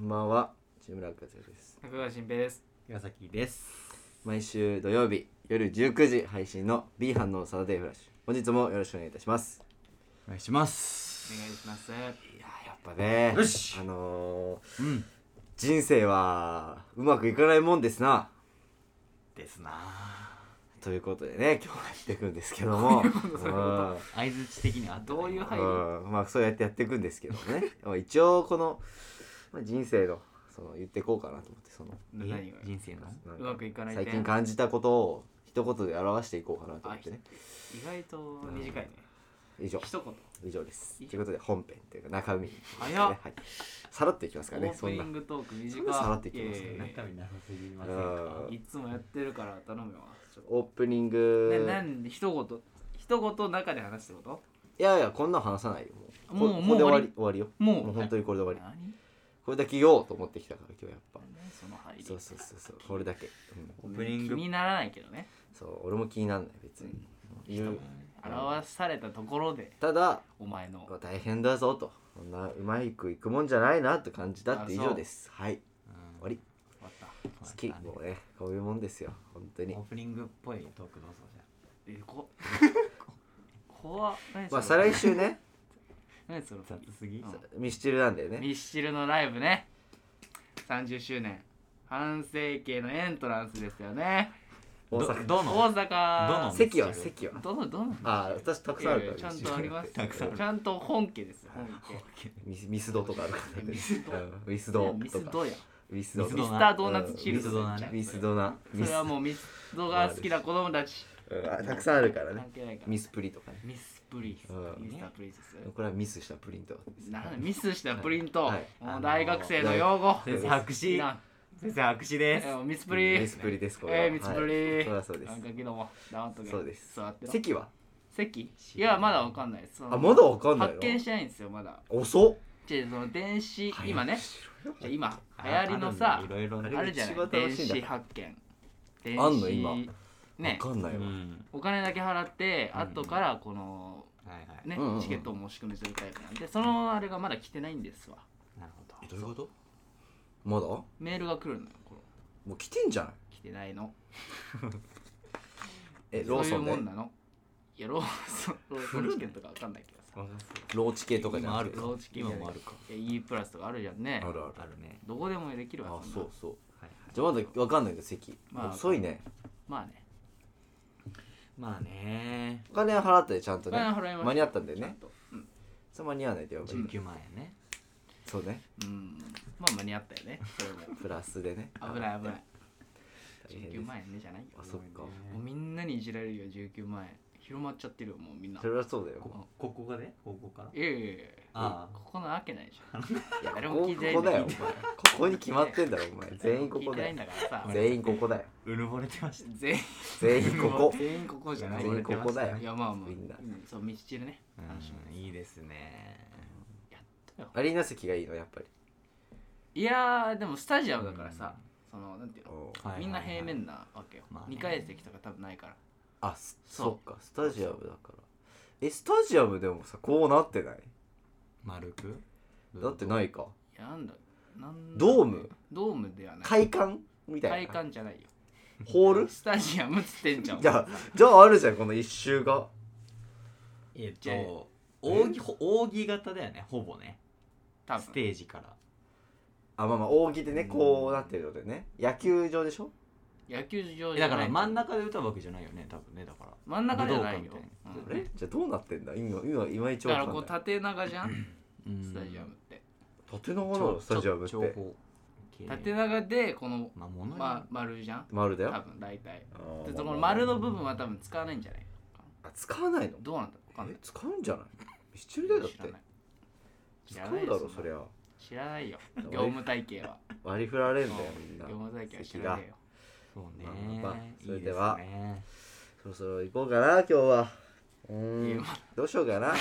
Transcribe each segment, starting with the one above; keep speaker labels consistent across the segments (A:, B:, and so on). A: んばんはチームラックゼです
B: 中川新平です
C: 岩崎です
A: 毎週土曜日夜19時配信の B 班のサタデーフラッシュ本日もよろしくお願いいたします
C: お願いします
B: お願いします
A: いやーやっぱね
C: よし
A: あのー、
C: うん
A: 人生はうまくいかないもんですな
C: ですな
A: ということでね今日はやっていくんですけども
B: そういうこ
A: う
B: と
A: ん
C: 相づち的には
B: どういう配慮
A: うんまあそうやってやっていくんですけどねまあ一応この、まあ、人生のその言っていこうかなと思ってその
B: 何が
C: え人生の
A: なん
B: う
A: か
B: まくいかない
A: 最
B: 点
A: 近感じたことを一言で表していこうかなと思ってね
B: 意外と短いね
A: 以上
B: 一言
A: 以上です
B: 以上
A: ということで本編というか中身
B: 早
A: ね、は
B: っ
A: い、さらっといきますから
B: オ
A: ね
B: ー
A: そ
B: プ
A: ん
B: ニ
A: な
B: ングトーク短
A: そんなさらっていきますよね
B: いやいや
C: 中身なさすぎま
A: う
C: せんか
B: いや
A: ん
B: いつもやってるから頼むよちょっ
A: オープニン
B: とね
A: グ
B: なんで一言一言中で話すってこ
A: いやいやこんなの話さないよもう
B: もう
A: ここで終わ
B: もう終わ
A: り終わりよ
B: とも
A: もう
B: う
A: 本当にこれで終わり
B: 何
A: これだけ言おうと思ってきたから今日やっぱ
B: 何その入り
A: そうそうそうそうこれだけ、うん、
C: オープニン
B: 気
C: グ
B: にならないけどね
A: そう俺も気になんない別に言う
B: 表されたところで
A: ただ
B: お前の
A: まあ大変だぞとこんなうまくいくもんじゃないなって感じだって以
B: あそ
A: 上
B: う
A: ですはい終わり
B: 終わった
A: 好きもうねこういうもんですよ本当
C: オ
A: に
C: ープニングっぽいトークどうぞじゃ
B: えこ 怖っ何そ
A: ま
B: れ
A: あ再来週ね
B: 何その
C: 雑すぎ
B: うん
A: ミスチルなんだよね
B: ミッシルのライブね30周年半世紀へのエントランスですよね
A: 大
C: ど
A: 阪
C: ど
B: 大
C: の
B: 阪
C: ど
A: 席は席は
B: どのどの
A: ああ私たくさんあ
B: いや
A: る
B: い
A: か
B: や
A: ら
B: ちゃんとありま す
C: たくさんある
B: ちゃんと本家ですよ本
A: ミスミスドとかあるからね
B: ミスド
A: うんミスド
B: 家ミ
A: と
B: ス
A: か
B: ドや
A: ミスド
B: ミス
A: と
B: タ
A: か
B: ードーナツチルド
C: うんミスドな
B: レン
C: ね
A: ミスドな
B: それはもうミスドが好きな子供たち
A: うんあたくさんあるからね
B: 関係ないから
A: ミスプリとかね
B: ミスプリンス
A: うん
B: ミスタープリンセス
A: これはミスしたプリント
B: なんだミスしたプリント
A: はい
B: もう大学生の用語
C: 先生白
B: い
C: 紙
B: らん
C: 先生白紙です
B: えーミスプリ
A: ミスプリですこれは
B: えー、ミツプ
A: は
B: リ
A: いそりゃそうです
B: なんか昨日も黙っとけ
A: そうです
B: 座ってろ
A: 席は
B: 席いやまだわかんないですその
A: あまだわかんないの
B: 発見してないんですよまだ
A: 遅っ
B: じゃその電子今ねじゃ今流
C: あ
B: 行りのさ
C: あるんだいろいろ
B: あ
C: ね
B: るじゃない
A: あれが一番楽
B: 電
A: しいんだ
B: 子発見電
A: あんの今
B: ね
A: わかんな
C: う
A: いわ
C: ん
B: お金だけ払って
C: うん
B: 後からこの
C: はいはい
B: ね、
A: うんうんうん
B: チケットを申し込みするタイプなんでそのあれがまだ来てないんですわ
C: なるほど
A: えどういうことまだも
B: メールが来るのよこの
A: う来てんじゃない
B: 来てないの
A: えローソン
B: そういうも
A: で
B: んなのいやローソンローソンチケットかわかんないけどさ
A: ローチ系とかじゃなくて
B: 今あるローチ系じゃない
C: 今もあるか
B: いや E プラスとかあるじゃんね
A: あるある
C: あるね
B: どこでもできるわ
A: あ
B: んな
A: そうそう
C: はいはい
A: じゃあまだわかんないけど席
B: まあ
A: 遅いね
B: まあね
C: まあね
A: お金は払ったでちゃんと
B: お
A: ね
B: 金は払いました
A: 間に合ったんだよ
B: ちゃ
A: ね
B: とうん、
A: そう間に合わないとやばい
C: 19万円ね
A: そうね
B: うん、まあ間に合ったよねそれも
A: プラスでね
B: 危ない危ない
A: 大変です
B: 19万円ねじゃないよ
A: あそっか
B: もうみんなにいじられるよ19万円広まっちゃってるよもうみんな
A: それはそうだよ
C: こここがねここから
B: いやいやいやいや
C: ああ
B: ここのわけないじゃん
A: いや
B: 誰
A: こ
B: も
A: こ
B: 聞いてない
A: ここだよお
B: 聞い
A: 前ここに決まってんだろお前全員こ
B: 聞い
A: こ
B: てな
A: だ
B: い
A: よ
B: んだからさ
A: 全員ここだよ
C: うぬぼれてました
B: 全員
A: 全員こ こ
B: 全員ここじゃない
A: 全員ここだよ
B: いやまあまあ
A: みんな
B: うそうミスチルね話も
C: うんいいですね
B: やったよ
A: アリーナ席がいいのやっぱり
B: いやーでもスタジアムだからさ、そのなんていうの
A: おう
C: はいはいはい
B: みんな平面なわけよ、
C: まあね
B: 2階席とか多分ないから
A: あそ
B: そう
A: そうかスタジアムだからえスタジアムでもさこうなってない
C: 丸く
A: だってないか
B: いやなんだなんだ
A: ドーム
B: ドームではない
A: 会館みたい
B: 体
A: な
B: 感じゃないよ
A: ホール
B: スタジアムっつってんじゃん
A: じゃあじゃああるじゃんこの一周が
C: えっ
B: じゃあ
C: と扇ほ扇形だよねほぼね
B: 多
C: ス
B: 分
C: テージから
A: あまあまあ扇でねこうなってるのでね野球場でしょ
B: 野球場
C: え
B: じ
C: だ
B: ゃない
C: から真ん中で歌うわけじゃないよね多分ねだから
B: 真ん中じゃないよ
C: 武道館み
B: う
A: あれ
B: ん
A: じゃあどうなってんだ今今いまいち
B: だ
A: わ
B: か
A: からん
B: こう
A: ない
B: 縦長じゃん
C: うん
B: スタジアムって
A: 縦長なのスタジアムって
C: 長方形
B: 縦長でこの、
C: まあ物に
B: まあ、丸じゃん
A: 丸だ
B: 多
A: よ
B: 分大体
A: あー
B: で
A: まあ
B: こ
A: まあ
B: の丸の部分は多分使わないんじゃない
A: あ使わないの
B: どうなんだろうわかんな
A: え
B: い
A: 使うんじゃないミスチルだよだっ
B: 知ら
A: て
B: ない知
A: 使
B: ら
A: う
B: ない
A: だろ
B: よ
A: そりゃ
B: 知らないよ業務体系は
A: 割り振られんだよみんな
B: 業務体系は知らないよ
C: そうね
A: まあまあ
C: いい
A: それでは
C: すね
A: そろそろ行こうかな今日はう
B: い
A: ー
B: や
A: ん
B: ま
A: どうしようかな
B: 長いわ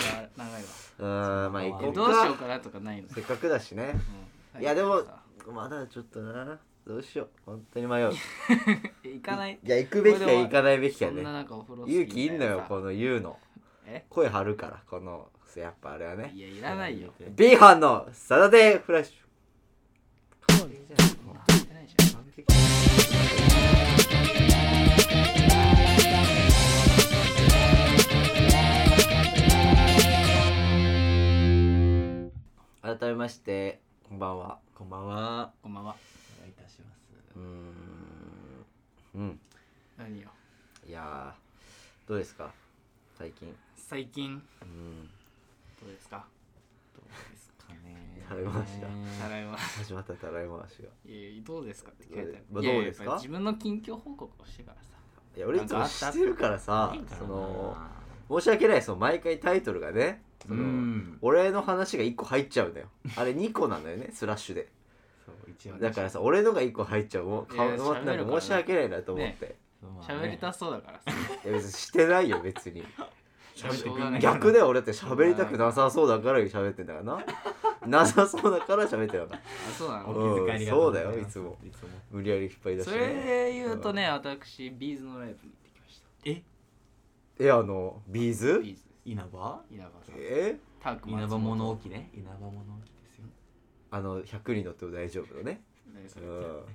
A: うーんまあ行こ
B: え
A: う
B: どうしよ
A: か
B: うかなとかないの
A: せっかくだしね
B: うん
A: いやでも
B: さ
A: まだちょっとなどうしよう本当に迷う
B: え行かない
A: いや行くべき
B: こ
A: か
B: れでも
A: 行かないべきか
B: そん
A: ね
B: ななんかお風呂好き
A: 勇気いんのよ
B: みた
A: この言うの
B: いなさ
A: 声張るからこのやっぱあれは
B: え
A: ね
B: いやいらないよ
C: え
A: B 班のサタデーフラッシュ
B: 通りじゃんやってないじゃん
A: 完璧改めましてこんばんは
C: こんばんは。
B: こんばんは
C: お願いいたします。
A: うーんうん
B: 何よ
A: いやーどうですか最近
B: 最近
A: うん
B: どうですか
C: どうですかね。
A: 食べました
B: ただいま
A: 始まったたらい回しが
B: いやどうですかって聞かれたら
A: まあ
B: いやい
A: ど
B: や
A: うですか
B: やっぱ自分の近況報告をしてからさ
A: いや俺いつも知ってるからさ
C: いいかな
A: その申し訳ないその毎回タイトルがねそうの
C: ん。
A: 俺の話が1個入っちゃうんだよあれ2個なのよねスラッシュで
C: そう一応
A: だからさ俺のが1個入っちゃうもう
B: いや
A: か
B: 喋るから
A: なんか申し訳ないなと思って、
B: 喋りたそうだからさ
A: いや別にしてないよ別に
C: 喋ってくんない
A: 逆だよ俺だって喋りたくなさそうだから喋ってんだからななさそうだから喋ってなかった
B: あそうな
C: お
B: の
C: 気遣いありがとうご
A: う
C: ざ
A: んそうだよい
C: ま
A: つ
C: す
A: も
C: いつも。
A: 無理やり引っ張り出し
B: そ
A: て、
B: れ
A: ね、
B: で言うとね私ビーズのライブに行ってきました
C: え、
A: えあのビーズ
B: ビーズです
C: 稲葉？
B: 稲葉さん
A: え
B: ターク
C: 稲葉
B: 松本
C: 物置ね。稲葉物置ですよ。
A: あの100に乗っても大丈夫のね
B: 何それ
A: う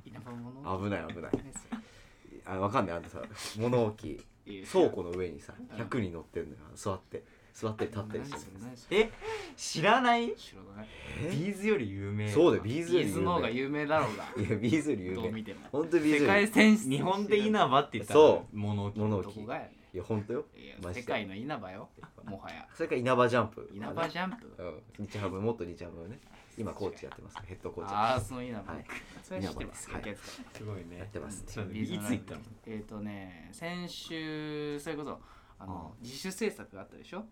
B: 稲葉物置
A: ん危ない危ない
B: 何それ
A: あわかんないあんたさ物置
B: いや
A: 倉庫の上にさ
B: うん
A: 100に乗ってんのよ座って座って立ったりして
B: 何それ何それ
C: え、知らない？
B: 知らない
C: ビーズより有名。
A: そうだよ
C: ー
A: ビーズよ
B: ビ
A: り
B: ーズの方が
A: 有
B: 有名だろうが
A: 名いやビーズより有
B: どう見
A: 名
B: ても
A: 本当にビーズ
B: 世
A: よ
B: 界
A: り
B: 選手
C: 日本で稲葉って言ったら
A: そう
C: 物置。
A: 物
B: どこ
A: 置
B: がやね
A: いや本当よ
B: んい
A: マジ
B: や
A: で
B: 世界の稲葉よもはや
A: それから稲葉ジャンプ
B: 稲葉ジャンプ
A: うん日ハム元日ハムね今コーチやってますヘッドコーチ
B: ああ
A: や
B: ーその稲葉
A: はい
B: それは知ってます
A: 稲葉
B: 解
A: で
B: 決か
C: すごいね。
A: やってます
C: そうだねい
B: ビー
C: つ
B: ズの
C: 行ったの？
B: えっとね先週それこそあの自主制作があったでしょ
A: うん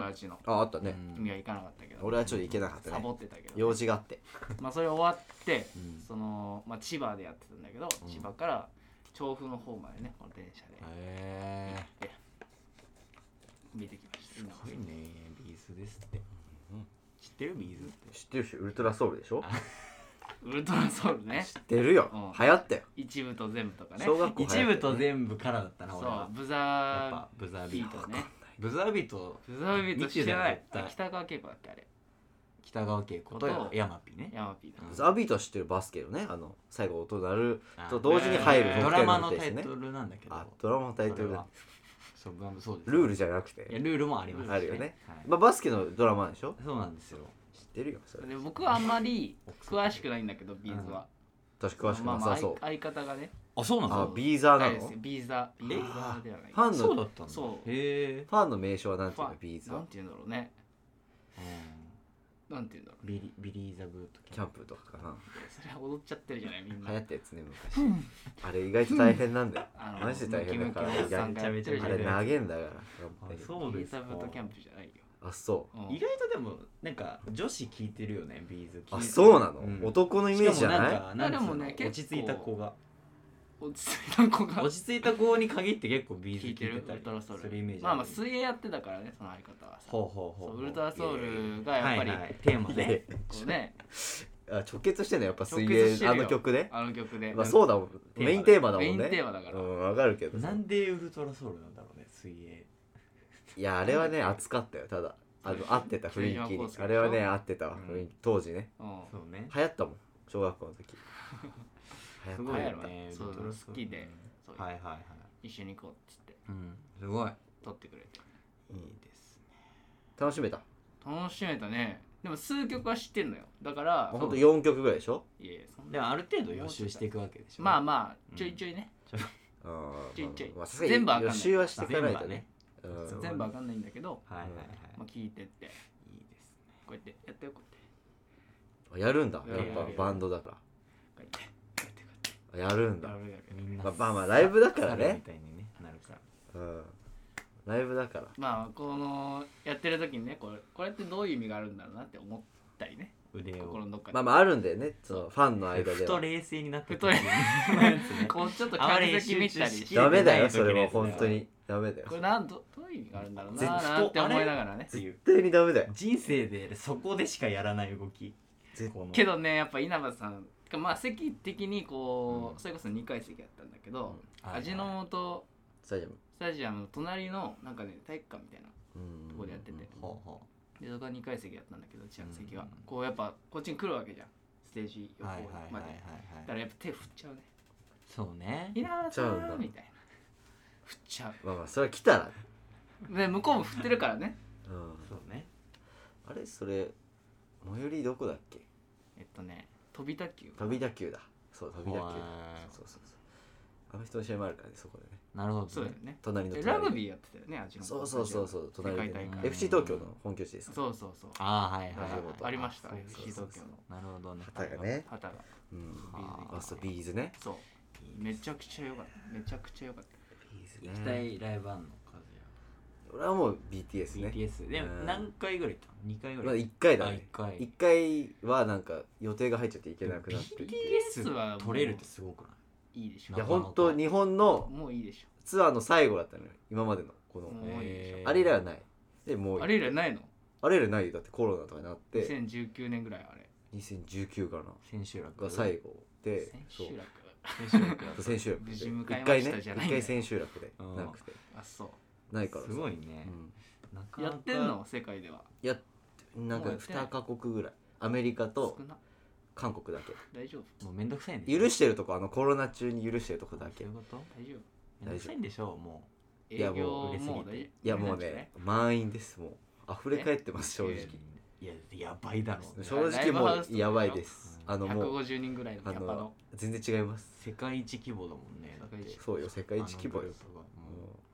B: 友達の
A: ああったね
C: うん
B: 君は行かなかったけど
A: 俺はちょっと行けなかった
B: サボ
A: ね
B: ってたけど
A: 用事があって
B: まあそれ終わって
C: うん
B: そのまあ千葉でやってたんだけど
C: うん
B: 千葉から調布の方までねこの電車で
C: へえ。
B: 見てきました
C: す
B: 稲葉
C: ごいね。ビーズですって。知ってるビーズって。
A: 知ってるしウルトラソウルでしょ
B: ウルトラソウルね
A: 知ってるよ
B: うん
A: 流行ったよ
B: 一部と全部とかね
A: 小学校流行った
C: 一
A: よ
C: 部と全部からだったな
B: そ
C: 俺は
B: う。ブ
C: やっ
B: ザ
C: ぱブザー
B: ー
C: ビ
B: ビ
C: ー
B: ー
C: ト。
B: トね
C: ブザービート
B: ブザービートしてない
C: 見てたよ絶対
B: 北川景子だっけあれ
C: 北川景子と山ピね。
B: ヤマピーだ
C: うん
A: アビートは知ってるバスケのねあの最後音鳴る
C: あ
A: と同時に入る
B: えー
A: 得
C: ド
A: 点
C: ラマの
A: 手
C: タ
A: です
C: イ
A: ね
C: トルなんだけど。
A: あドラマのタイト
C: そ
A: ル
C: れ
A: だ
C: はそうまあそうです。
A: ルー
C: ル。
A: ルじゃなく
C: いや
A: て
C: ルールもあります。
A: あるよね
C: はい。
A: まあバスケのドラマでしょ
C: そうなんですよ。
A: 知ってるよそれ
B: で僕はあんまり詳しくないんだけどビーズは
A: 私詳しく
B: まあ
A: な
B: まあ
A: さ
B: 相
A: そう
B: 相方がね
C: あそうな
A: あ
C: の。
A: ビーザーな
B: あれです
A: の
B: よビーザービーザーではない
A: ファン
C: そうだ
A: の
C: ったんだ。
B: そう
C: へえ。
A: ファンの名称はなんていう
B: フ
A: の
B: ァ
A: ビーザ
B: な
A: ー
B: んて言うんだろうね
C: うん
B: なんて言うんだろう
C: ビリビリーザブートキ
A: キ
C: ャ
A: ャ
C: ン
A: ンプとかかな
B: それは踊っちゃってるじゃないみんな
A: 流行ったやつね昔あれ意外と大変なんだよ
B: あ
A: マジで大変だから
B: ムキムキのおっさんがやってるじ
A: あ
B: ゃな
A: れ
B: い
C: な
A: 投げんだから
C: プ。あ
B: ビ
C: そうで
B: ー
C: すか
B: ザーブートキャンプじゃないよ
A: あそう
B: うん
C: 意外とでもなんか女子聞いてるよねビーズ聞いてる
A: あそうなの、
C: ん
A: 男のイメージじゃない
C: しかもなんかなんつうの
B: でもね
C: 落ち着いた子が
B: 落ち着いた子が
C: 落ち着いた子に限って結構ビーズ
B: 聞
C: 聞
B: い
C: い
B: て
C: て
B: るウ
C: た
B: ル
C: り
B: トラソウ
C: するイメー
B: ル
C: ジ
B: まあまあ
C: る
B: 水泳やってたからねその相方はさ
C: ほうほうほ
B: そううウルトラソウルがやっぱり
C: はいはいテーマ
A: いやい
C: ね
A: や
B: こうね
A: あ直結してんのやっぱ水
B: 直結して
A: 泳
B: るよ
A: あの曲で、
B: あの曲で
A: まあ、そうだもん
C: マ
A: メインテーマだもんね
B: メインテーマだから
A: うんわかるけど
C: なんでウルトラソウルなんだろうね水泳
A: いやあれはね熱かったよただあの合ってた雰囲気
B: 中島
A: に
B: 康介
A: あれはね合ってたわ
C: うん
A: 雰囲気当時ね
B: うん
C: そうね
A: 流行ったもん小学校の時流行った
C: すごいよね
B: そう
C: ウルトラソ
B: 好
C: ウル
B: きでそう
C: はいはいはい
B: 一緒に行こうっつって
C: うんすごい
B: 撮ってくれて
A: いい
C: です
A: 楽しめた
B: 楽しめたねでも数曲は知ってんのよだから
A: ほんと4曲ぐらいでしょ
B: いやいやそん
C: で
B: な
C: もある程度予習していくわけでしょ
B: まあまあちょいちょいね、
A: うん
B: ちょいちょい
A: まあさすがに
B: 全部わかんない
A: 予習はしていか
C: 全
A: ない
C: 部
A: と
C: は
A: ね
C: ね
A: うん
C: そう
B: 全部わかんないんだけど、
C: はいはいはい
B: まあ、聞いてって
C: いいですね
B: こうやってやってよこう
A: やるんだ
B: や
A: やっ
B: る
A: ぱ
B: やる
A: バンドだか
B: やってこうやってこ
A: らやるん
B: う
A: だ
B: やってやるやる
C: みんな
A: まあまあまあライブだからね
C: 猿みたいにねなるから
A: うんライブだから
B: まあこのやってる時にねこれこれってどういう意味があるんだろうなって思ったりね
C: 腕を
B: 心のどっかで、
A: まあまああるんだよねそのファンの間
C: ふ
A: で
C: と
A: は
C: 冷静になって
B: ふと冷
C: 静
B: こうちょっと客席見たりして
A: ダメだよ
C: 切
A: そ
C: れてな
A: れ
C: い
A: は
C: 時のやつだよ
A: 本当にダメだよ
B: これなんどどういう意味があるんだろうな
A: 絶
B: ーなんて思いながらね
C: っていう
A: 絶対にダメだよ
C: 人生でそこでしかやらない動き
A: 絶
C: この
B: けどねやっぱ稲葉さんまあ席的にこう、それこそ2階席だったんだけど、
C: はいはい
B: 味の素
A: スタジアム
B: スタジアムの隣のなんかね体育館みたいな
A: うん
B: とこでやってて
C: ほうほ
B: でそこが2階席だったんだけどうちの席は、
C: うん
B: こうやっぱこっちに来るわけじゃんステージ予報
C: はいはいはい
B: ま
C: は
B: で、だ
C: い
B: か
C: はい
B: らやっぱ手振っちゃうね
C: そうね
B: 稲田さ
A: ちゃうんだ
B: んみたいな振っちゃ
A: まあまあそれは来たら、
B: うで向こうも振ってるからね
A: うん、
C: そうね
A: あれそれ最寄りどこだっけ
B: えっとね飛び卓球
A: 飛び打球だそう飛び打球
C: ほわー
A: そうそうそうそうアメフトの試合もあるからねそこでね
C: なるほどね
B: そうだよね
A: 隣の
B: で
A: 隣
B: ラ
A: ー
B: グビーやってたよねあっちの
A: そうそうそうそう
B: 世界
A: 隣で、
B: 大
C: 会
A: FC 東京の本拠地です
B: そうそうそう
C: ああはいはい
A: ラジオご
C: はい
A: と
B: ありました
A: そうそう
B: FC
A: そう
B: 東京の
C: なるほどね
A: 旗がね
B: 旗が
A: うん
B: ビーズで
A: あそうビーズね
B: そうめちゃくちゃ良かっためちゃくちゃ良かった
A: ビーズ
C: 行きたいライブあんの
A: 俺はもう BTS
C: 和
A: ね
C: 也 BTS で
A: う
C: も
A: ん
C: 何回ぐらい行ったの2回ぐ
A: ま
C: ら
A: だ
C: い
A: 1回だ
C: あ
A: ね
C: 一回
A: 1回はなんか予定が入っちゃって行けなくなって
B: BTS はもう
C: 取れるってすごくない
B: いいでし
A: いや
B: ょ
C: ほん
A: 本当日本の
B: もういいでし
A: ツアーの最後だったのよ今までのこの
B: もういいでしょ
A: あれ以来はないでもう
B: ょあれ以来ないの
A: あれ以来ないよだってコロナとかになって
B: 2019年ぐらいあれ
A: 2019かな
C: 千秋楽
A: が最後で
B: 千
A: そう
B: 秋楽
C: 千秋楽だった
A: 千秋楽
B: 無
A: で
B: 事迎え
A: 1
B: ま
A: 回
B: し
A: ね
B: たじゃない
A: 1
B: んだ
A: 回
B: よ
A: 千秋楽で
C: うん
A: なくて
B: あそ
A: ないからさ
C: すごいね
A: うん
C: なか
B: う
C: な
B: や
C: か
B: ってんの世界では
A: やっなんか
B: もうやってない
A: 2カ国ぐらいアメリカ
B: 少
A: と
B: な
A: 韓国だけ
B: 大丈夫
C: もうめんどくさいんでしょ
A: 許してるとこあのコロナ中に許してるとこだけ
C: そういうこと
B: 大丈夫
C: めんどくさいんでしょうも
B: 営
A: いや
B: 業も
A: も
B: う
A: う
B: 大丈夫
C: い
A: いやもうね満員ですもう溢れ返ってます正
C: う
A: 直
B: え
C: いややばいだろうね
A: 正直もうやばいです
C: ラ
A: あのもう
B: 150人ぐらいのキ
A: あ
B: ャパ
A: の
B: の
A: 全然違います
C: 世界一規模だもんねだって
B: 世界一
A: そうよ世界一規模よ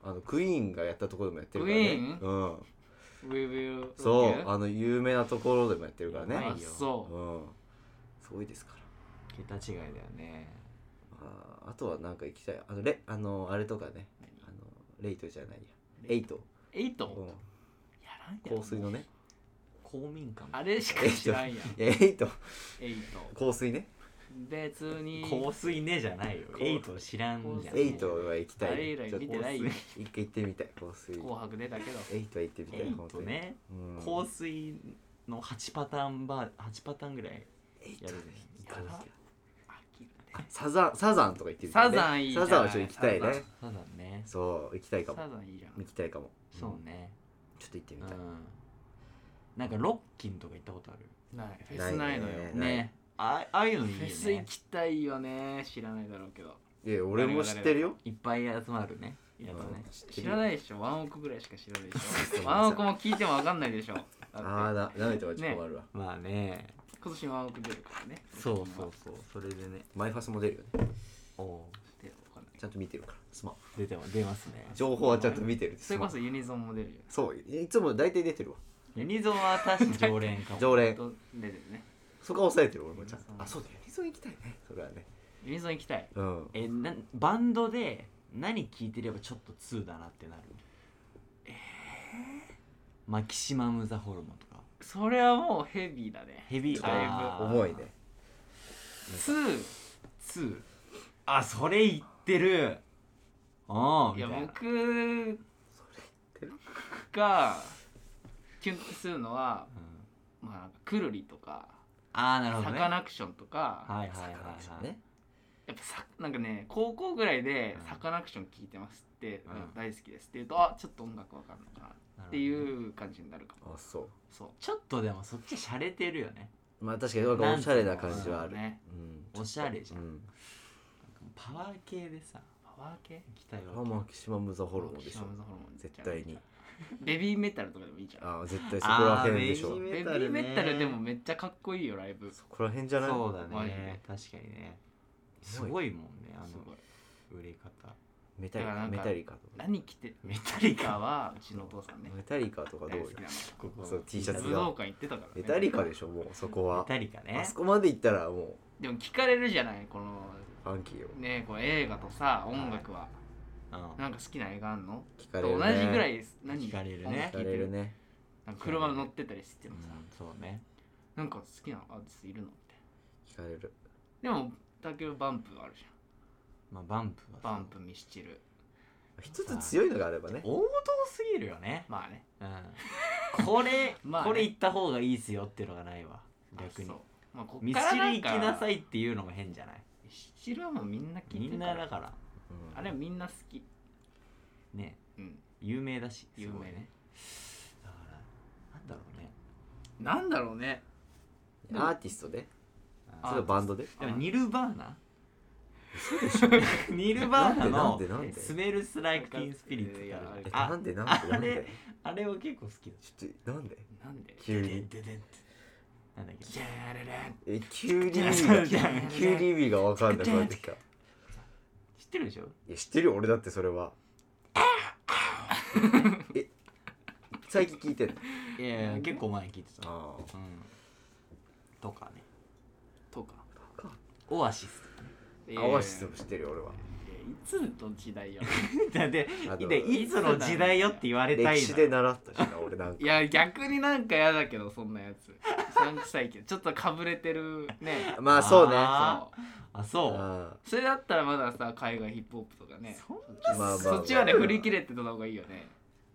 C: あ
A: もう
C: の
A: あのクイーンがやったところでもやってるから
B: クイ
A: ね
B: ー
A: うん
B: ウェブロケ
A: そうあの有名なところでもやってるから
C: やば
A: ね
B: あ
C: いよ
A: う
B: そ
A: んすごいですから
C: 桁違いだよね
A: あーあとはなんか行きたいあのレあのあれとかね
B: う
A: あのレイトじゃないやエ
B: エ
A: イ
B: イ
A: ト
B: ト
A: うん
B: やらんやん
A: 香水のね
C: 公民館
B: あれしか知らんやん
A: いや エイト
B: エイト
A: 香水ね
B: 別に
C: 香水ねじゃないよエイト知らんじゃん
B: 香水
A: エイトは行きたい
B: あれ以来見てないよ
A: ちょっと香水一回行ってみたい香水
B: 紅白出たけど
A: エイトは行ってみたい
C: エイ
A: 本当
C: ト
A: に
C: ね
A: うん
C: 香水の8パターンバー8パターンぐらい
A: エイト
C: やるね
A: 香
B: やば
A: 水
B: 飽きるね
A: サザンサザンとか行ってみたい、ね、
B: サザンいいじゃん
A: サザンはちょっと行きたい
B: サ
A: ね
B: ザ
C: そうだね
A: そう行きたいか
B: サ
A: も
B: ザンいいじゃん
A: 行きたいかも
C: そうね
A: ちょっと行ってみ
C: う
A: たい、
C: んなんかロッキンとか行ったことある
B: ないフェスないのよ
A: ないね
C: ねあああいうのいいよ
B: フェス行
C: ね
B: きたいよね知らないだろうけど
A: いや俺も知ってるよ
C: いっぱい集まるねやつね
B: 知らないでしょワンオクぐらいしか知らないでしょワンオクも聞いても分かんないでしょだって
A: ああーな舐めてもらっちょっと困るわ、
C: まあね
B: 今年ワンオク出るからね
C: そうそうそうそれでね
A: マイファスも出るよね
C: おお
B: でわかんない
A: ちゃんと見てるからスマホ
C: 出ても出ますね
A: 情報はちゃんと見てる
B: それこそユニゾンも出るよ
A: そういつも大体出てるわ
C: ユニゾンは 確か常連かも
A: 常連
B: と出てるね
A: そこは抑えてる俺もちゃんと
B: うん
A: あそうだよ理想行きたいねそれはね
B: ユニゾン行きたい
A: うん
C: えなバンドで何聴いてればちょっと2だなってなるえー、マキシマム・ザ・ホルモンとか
B: それはもうヘビーだね
C: ヘビー
B: だいぶ
C: あー
A: 重いね
B: 2
C: 2あそれ言ってるああ
B: い
C: み
B: や
C: たいな
B: 僕
A: 言っ
B: がキュンとするのは
C: うん
B: まあなんかくるりとか
C: あーなるほど
B: サ
C: ね
B: カナクションとか、
C: はいはい
A: サ
C: はい
A: カナクショ
C: は
A: ン
C: い、
A: ね
B: やっぱさなんかね高校ぐらいで
C: うん
B: サカナクション聞いてますって、
C: うん
B: なんか大好きですって言うとあちょっと音楽わかんのかなって
C: う
B: いう感じになるかも
A: あそ
B: そう
C: ちょっとでもそっち洒落てるよね
A: うまあ確かになんかおしゃれな感じはある
B: なんかね
A: うん
C: おしゃれじゃ、
A: うんん
C: パワー系でさ
B: パワー系
C: 行きたい
A: あ
C: わ
A: マキシマム・ザ・ホルモンでし
B: シャ
A: ょ
B: ムズホルモン
A: 絶対に
B: ベビーメタルとかでもいいじゃん
A: あー絶対そこら辺でし
C: あ
A: ょ
C: ーメイン
B: ベビ
C: メタル
B: ー
C: ね
B: メタルでもめっちゃかっこいいよライブす
A: そこら辺じゃない
C: そうだ
B: マジ
C: ね
B: で
C: 確かにねす
A: すごい
C: ごいもんねあ
B: ごい
C: の売れ方
A: メタリ
B: だか
A: カ
B: らなんか
A: メタリカとか
B: 何着てる
C: メタリ
B: か
C: カ
B: はうちのお父さんね
A: メタリカとかどう
B: 大
A: よ
B: 好きなの
C: ここ
A: そう T シャツ
B: 武
A: が
B: 道館行ってたからね
A: メタリカでしょもうそこ
C: メ
A: は
C: タリカ
A: あ
C: ね
A: そこまで行ったらも
B: でも聞かれるじゃないこの
A: うファンキーを
B: ねこう映画とさ音楽は
C: うん
B: なんか好きな映画あんの
A: 聞か
B: と
A: れる
B: 同
A: ね
B: じぐらい何
C: 聞かれるね
B: 音楽
A: 聞
B: 聴
A: か
B: いて
A: れ
B: る
A: るね
B: なんか車乗ってたりしてもさ
C: うんそうね
B: なんか好きなアーティストいるのみたい
A: 聞かれる
B: なでもだけどバンプあるじ
C: まあバンプは
B: ゃん
C: さ
B: バンプミスチル
A: 一つ強いのがあればね
C: 王道すぎるよね
B: まあね
C: うんこれ
B: まあね
C: これ行った方がいいっすよっていうのがないわ逆
B: あ
C: に
B: そうまあこっ
C: ミ
B: か
C: ス
B: ら
C: チル
B: な
C: 行
B: ん
C: き
B: か
C: なさいっていうのも変じゃない
B: ミスチルはもうみんな聞い
C: み
B: てる
C: ん
B: か
C: な
B: ら
C: だから
A: うん
B: あれはみんな好き
C: ね
B: うん
C: 有名だし
B: 有名ね
C: すごいだからなんだろうね
B: なんだろうね
A: アーティストでそれはバンドで
C: でもニルバーナ
A: そうでしょなんで
C: ニルバー
A: な
C: ナ
A: ん
C: の
A: でなんで
C: 「スメルス・ライク・ティン・スピリッツ」
B: い
A: え
B: や
A: な
C: あ
A: んでなんでなん
C: あ
A: で
C: れあれは結構好きだ
A: ちょっとなんで
B: なんで
A: 急に
C: でででんってなんだっけ
B: じゃあれれ
A: え急に意味
C: そう
A: が
C: じゃん
A: 急に意味が分かんないこうやってきたい
C: 知ってるでしょ
A: や知ってるよ俺だってそれ はえ最近聞いてる
C: いやいや結構前に聞いてた
A: ああ
C: うんとかね
B: とか
C: オアシス
B: いやいや
A: オアシスも知ってるよ俺はい
B: やいつの時代よ
C: だって
A: あの
C: でいつの時代よって言われた
A: 歴
C: い
A: 史
C: の
A: で習ったしな俺なんか
B: いや逆になんか嫌だけどそんなやつ三臭いけどちょっとかぶれてるね
A: まあそうね
C: あ
B: そう
C: あそう
A: あ
B: それだったらまださ海外ヒップホップとかね
C: そん
A: あまあまあ
B: そっちはね振り切れてた方がいいよね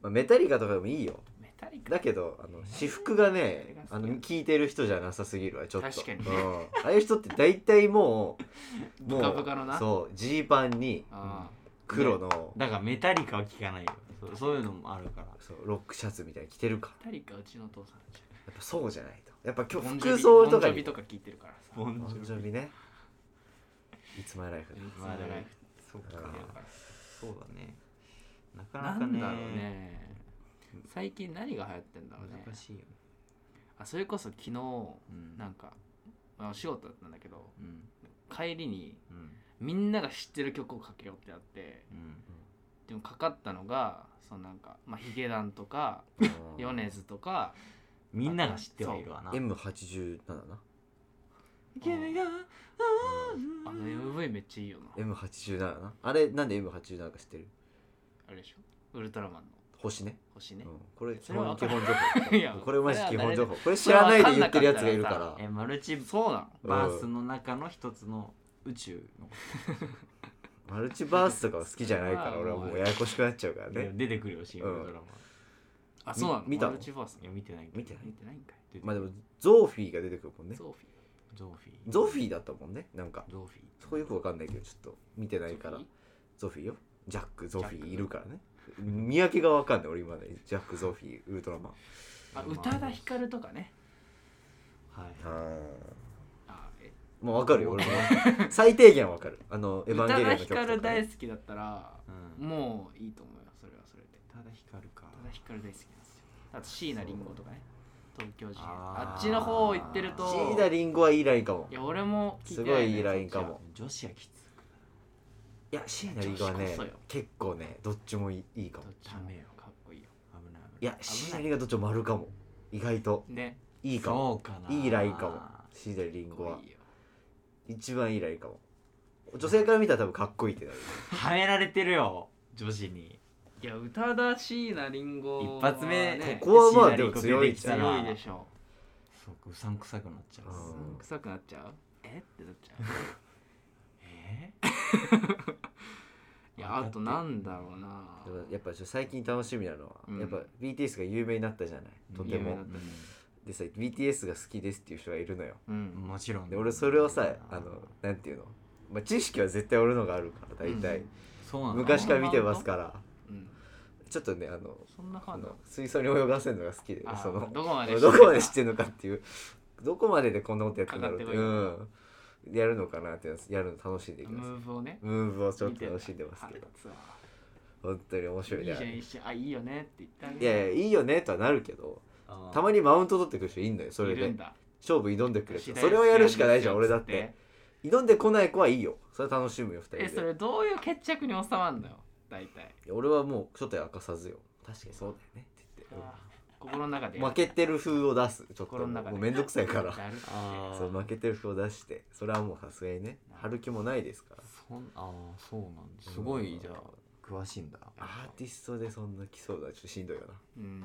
A: まあメタリカとかでもいいよ
B: メタリカ
A: だけどあの私服がねあの聞いてる人じゃなさすぎるわちょっと
B: 確かにね
A: うん、ああいう人って大体もうもう
B: ブカブカのな
A: そうジーパンに
B: あ
A: 黒の、
C: だからメタリカは聞かないよそうそういうのもあるから
A: そうロックシャツみたいに着てるから
B: メタリカうちのお父さんじゃ
A: やっぱそうじゃないとやっぱ今
B: ボ
A: 日
B: ンジョ
A: 服
B: ビ
A: 装と
B: ボ
A: か
B: ンジョビ
A: に
B: とか聞いてるからさ
C: ボン
A: ボ
C: ジ
A: ンジ
C: ョ
A: ョビねいつまライフだ
C: ビまあだからそうか
A: うん
C: そうだねなか
B: な
C: なか
B: ん
C: ね
B: だろうね最近何が流行ってんだろうね
C: 難しいよね
B: あそれこそ昨日
C: うん
B: なんか、まあ、お仕事だったんだけど
C: うん
B: 帰りに
C: うん
B: みんなが知ってる曲をかけようってなって
C: うん
B: でもかかったのがそのなんか、まあ、ヒゲダンとか
A: うん
B: 米津とか
C: みんなが知ってはいるわな
A: M87 な
C: 君が
B: あの MV めっちゃいいよな
A: M87 なあれなんで M87 か知ってる
B: あれでしょウルトラマンの
A: 星ね、
B: 星
A: う
B: ね
A: ん、これ基
B: それは
A: 本
B: 分か
A: 基
B: る
A: 本情報
B: いや
A: これマジ基本情報これ
B: そ
A: 知
B: れは
A: らな
B: 誰
A: いで
B: で
A: 言ってるやつがいるから
C: えマルチ
B: そうなの
C: バースの中の一つの宇宙の
A: マルチバースとかは好きじゃないから
B: それ
A: 俺
B: は
A: は
B: もう
A: もうややこしくなっちゃうからね
C: 出てくるよ新ウルトラマン
B: あそうなの
A: み見たの
B: マルチバース
C: いや見てないけど
A: 見てない
B: 見てないんかい
C: 出てくる
A: まあでもゾーフィーが出てくるもんね
B: ゾーフ
C: ゾーフィー
A: ゾーフィーだったもんねなんか
C: ゾーフィー
A: そこよくわかんないけどちょっと見て
B: ィー
A: ないから
B: ゾー
A: ゾフィーよジャックゾフィーいるからね見分けがわかんない俺今ねジャックゾフィーウルトラマン
B: フィーあ宇多田ヒカルとかね
C: はい
B: あえ
A: もうわかるよ俺も最低限わかるあの「エ
B: 宇
A: ヴァ
B: 多
A: ンゲリオン」
B: 田
A: の
B: ヒ
A: 曲と
B: カ
A: か
B: ル
A: ね、
B: 大好きだったら
C: うん
B: もういいと思うよそれはそれで
C: 宇多田ヒカルか
B: 宇多田ヒカル大好きなんですよあと椎名林檎とかね東京事変
C: あー
B: あっちの方行ってると
A: シーダリンゴはいいラインかも
B: いや俺も聞い
A: す
B: てな
A: ご
B: ね
A: いいいラインかも
C: 女子はきつ
A: いやシーダリンゴは
B: 女子
A: ね
B: こそよ
A: 結構ねどっちもいいいいか
B: ど
A: も
B: っ
A: い
B: ちもかっこいいよ
C: 危ない危ない
A: やシーダリンゴはどっちも丸かも意外と
B: ね
A: いいかも
C: そうかないい
A: いラインかもシーダリン
B: かっ
A: ゴは
B: こいいよ
A: 一番いいラインかも女性から見たら多分かっこいいってなる
C: はめられてるよ女子に
B: いや宇多田椎名林檎
C: 一発目
B: ね
A: ここはまあ
C: シーナリン
A: でも
C: ゴ
A: 強い
C: 出てきたら
B: 強いでしょ
C: そうかうさんくさくなっちゃう
A: うん
B: う臭くなっちゃうえってなっちゃ
C: え
B: ういやあとなんだろうな
A: でもやっぱちょ最近楽しみなのは、
B: うん
A: やっぱ BTS が有名になったじゃないとて
B: 有名
A: も
B: だったね
A: でさ BTS が好きですっていう人がいるのよ
B: う
C: うんんもちろん
A: で俺それをさあのなんていうの、まあ、知識は絶対俺のがあるから大体、
C: そうなんだ
A: 昔から見てますから
B: うん
A: ちょっとねあの
B: そんな
A: あ
B: 感じ
A: の水槽に泳がせるのが好きで
B: あー
A: その
B: どこま で
A: どこまで知っ
B: る
A: てんのかっていうどこまででこんなことやってんだろうって
B: かかってこい
A: うん、やるのかなっていうのやるの楽しんでいき
B: ム
A: ます
B: ーブをね
A: ムーブをちょっと楽しんでます
B: あ
A: けど
B: ツアー
A: 本当に面白い
B: いい
A: ね
B: じゃんいいじゃんあいいよねって言ってあげ
A: いやいやいいよねとはなるけどたま
C: に
A: にマウント取ってくる人いんのよそれ
B: いる
A: で
B: んだ
A: 勝負挑んでくる人
B: 私大好き
A: それをやるしかないじゃん俺だっ
B: なんで
A: て挑んでこない子はいいよそれは楽しむよ二人
B: すよっつってえそ
A: で
B: れどういう決着に収まんのよ大体
A: いや俺はもうちょっと明かさずよ確かに そうだよねって言って
B: 心の中で
A: 負けてる風を出すちょっと
B: 心の中で
A: もうめんどくさいか
B: や
A: ら
B: る
C: あ
A: そう負けてる風を出してそれはもうさすがにね張る気もないですから
C: そんあーそうなんだ
A: うん
C: すごいじゃあ詳しいんだ
A: アーティストでそんな来そうだちょっとしんどいよ
B: うん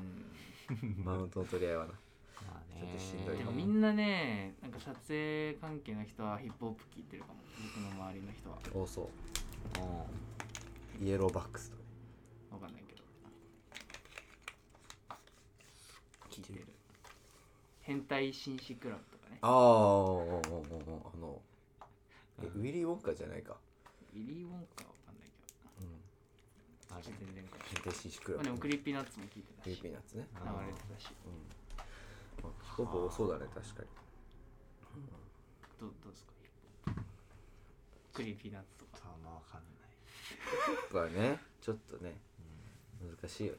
A: なマウントの取り合いはな
C: まあね
A: ちょっとしんどい
B: で
A: よ
B: もみんなねなんか撮影関係の人はヒップホップ聞いてるかも僕の周りの人は
A: 多そ
C: うん
A: うイエローバックスとかね
B: わかんないけど聞いてる変態紳士クラブとかね
A: あああのえウィリー・ウォンカーじゃないか
B: ウィリー・ウォンカーはわかんないけど
A: うん
C: あれ
B: 全然わかんない
A: 変態紳士ク
B: ま
A: ラブ
B: あでもクリーピーナッツも聞いてた
A: ク
B: し
A: リーピ
B: 流
A: ーナッツね
C: あー
B: れてたし
A: うんまあほぼそうだね確かに
B: どどうですかクリーピーナッツとか
C: ちょっとあんまわかんない
A: プはねちょっとね難しいよね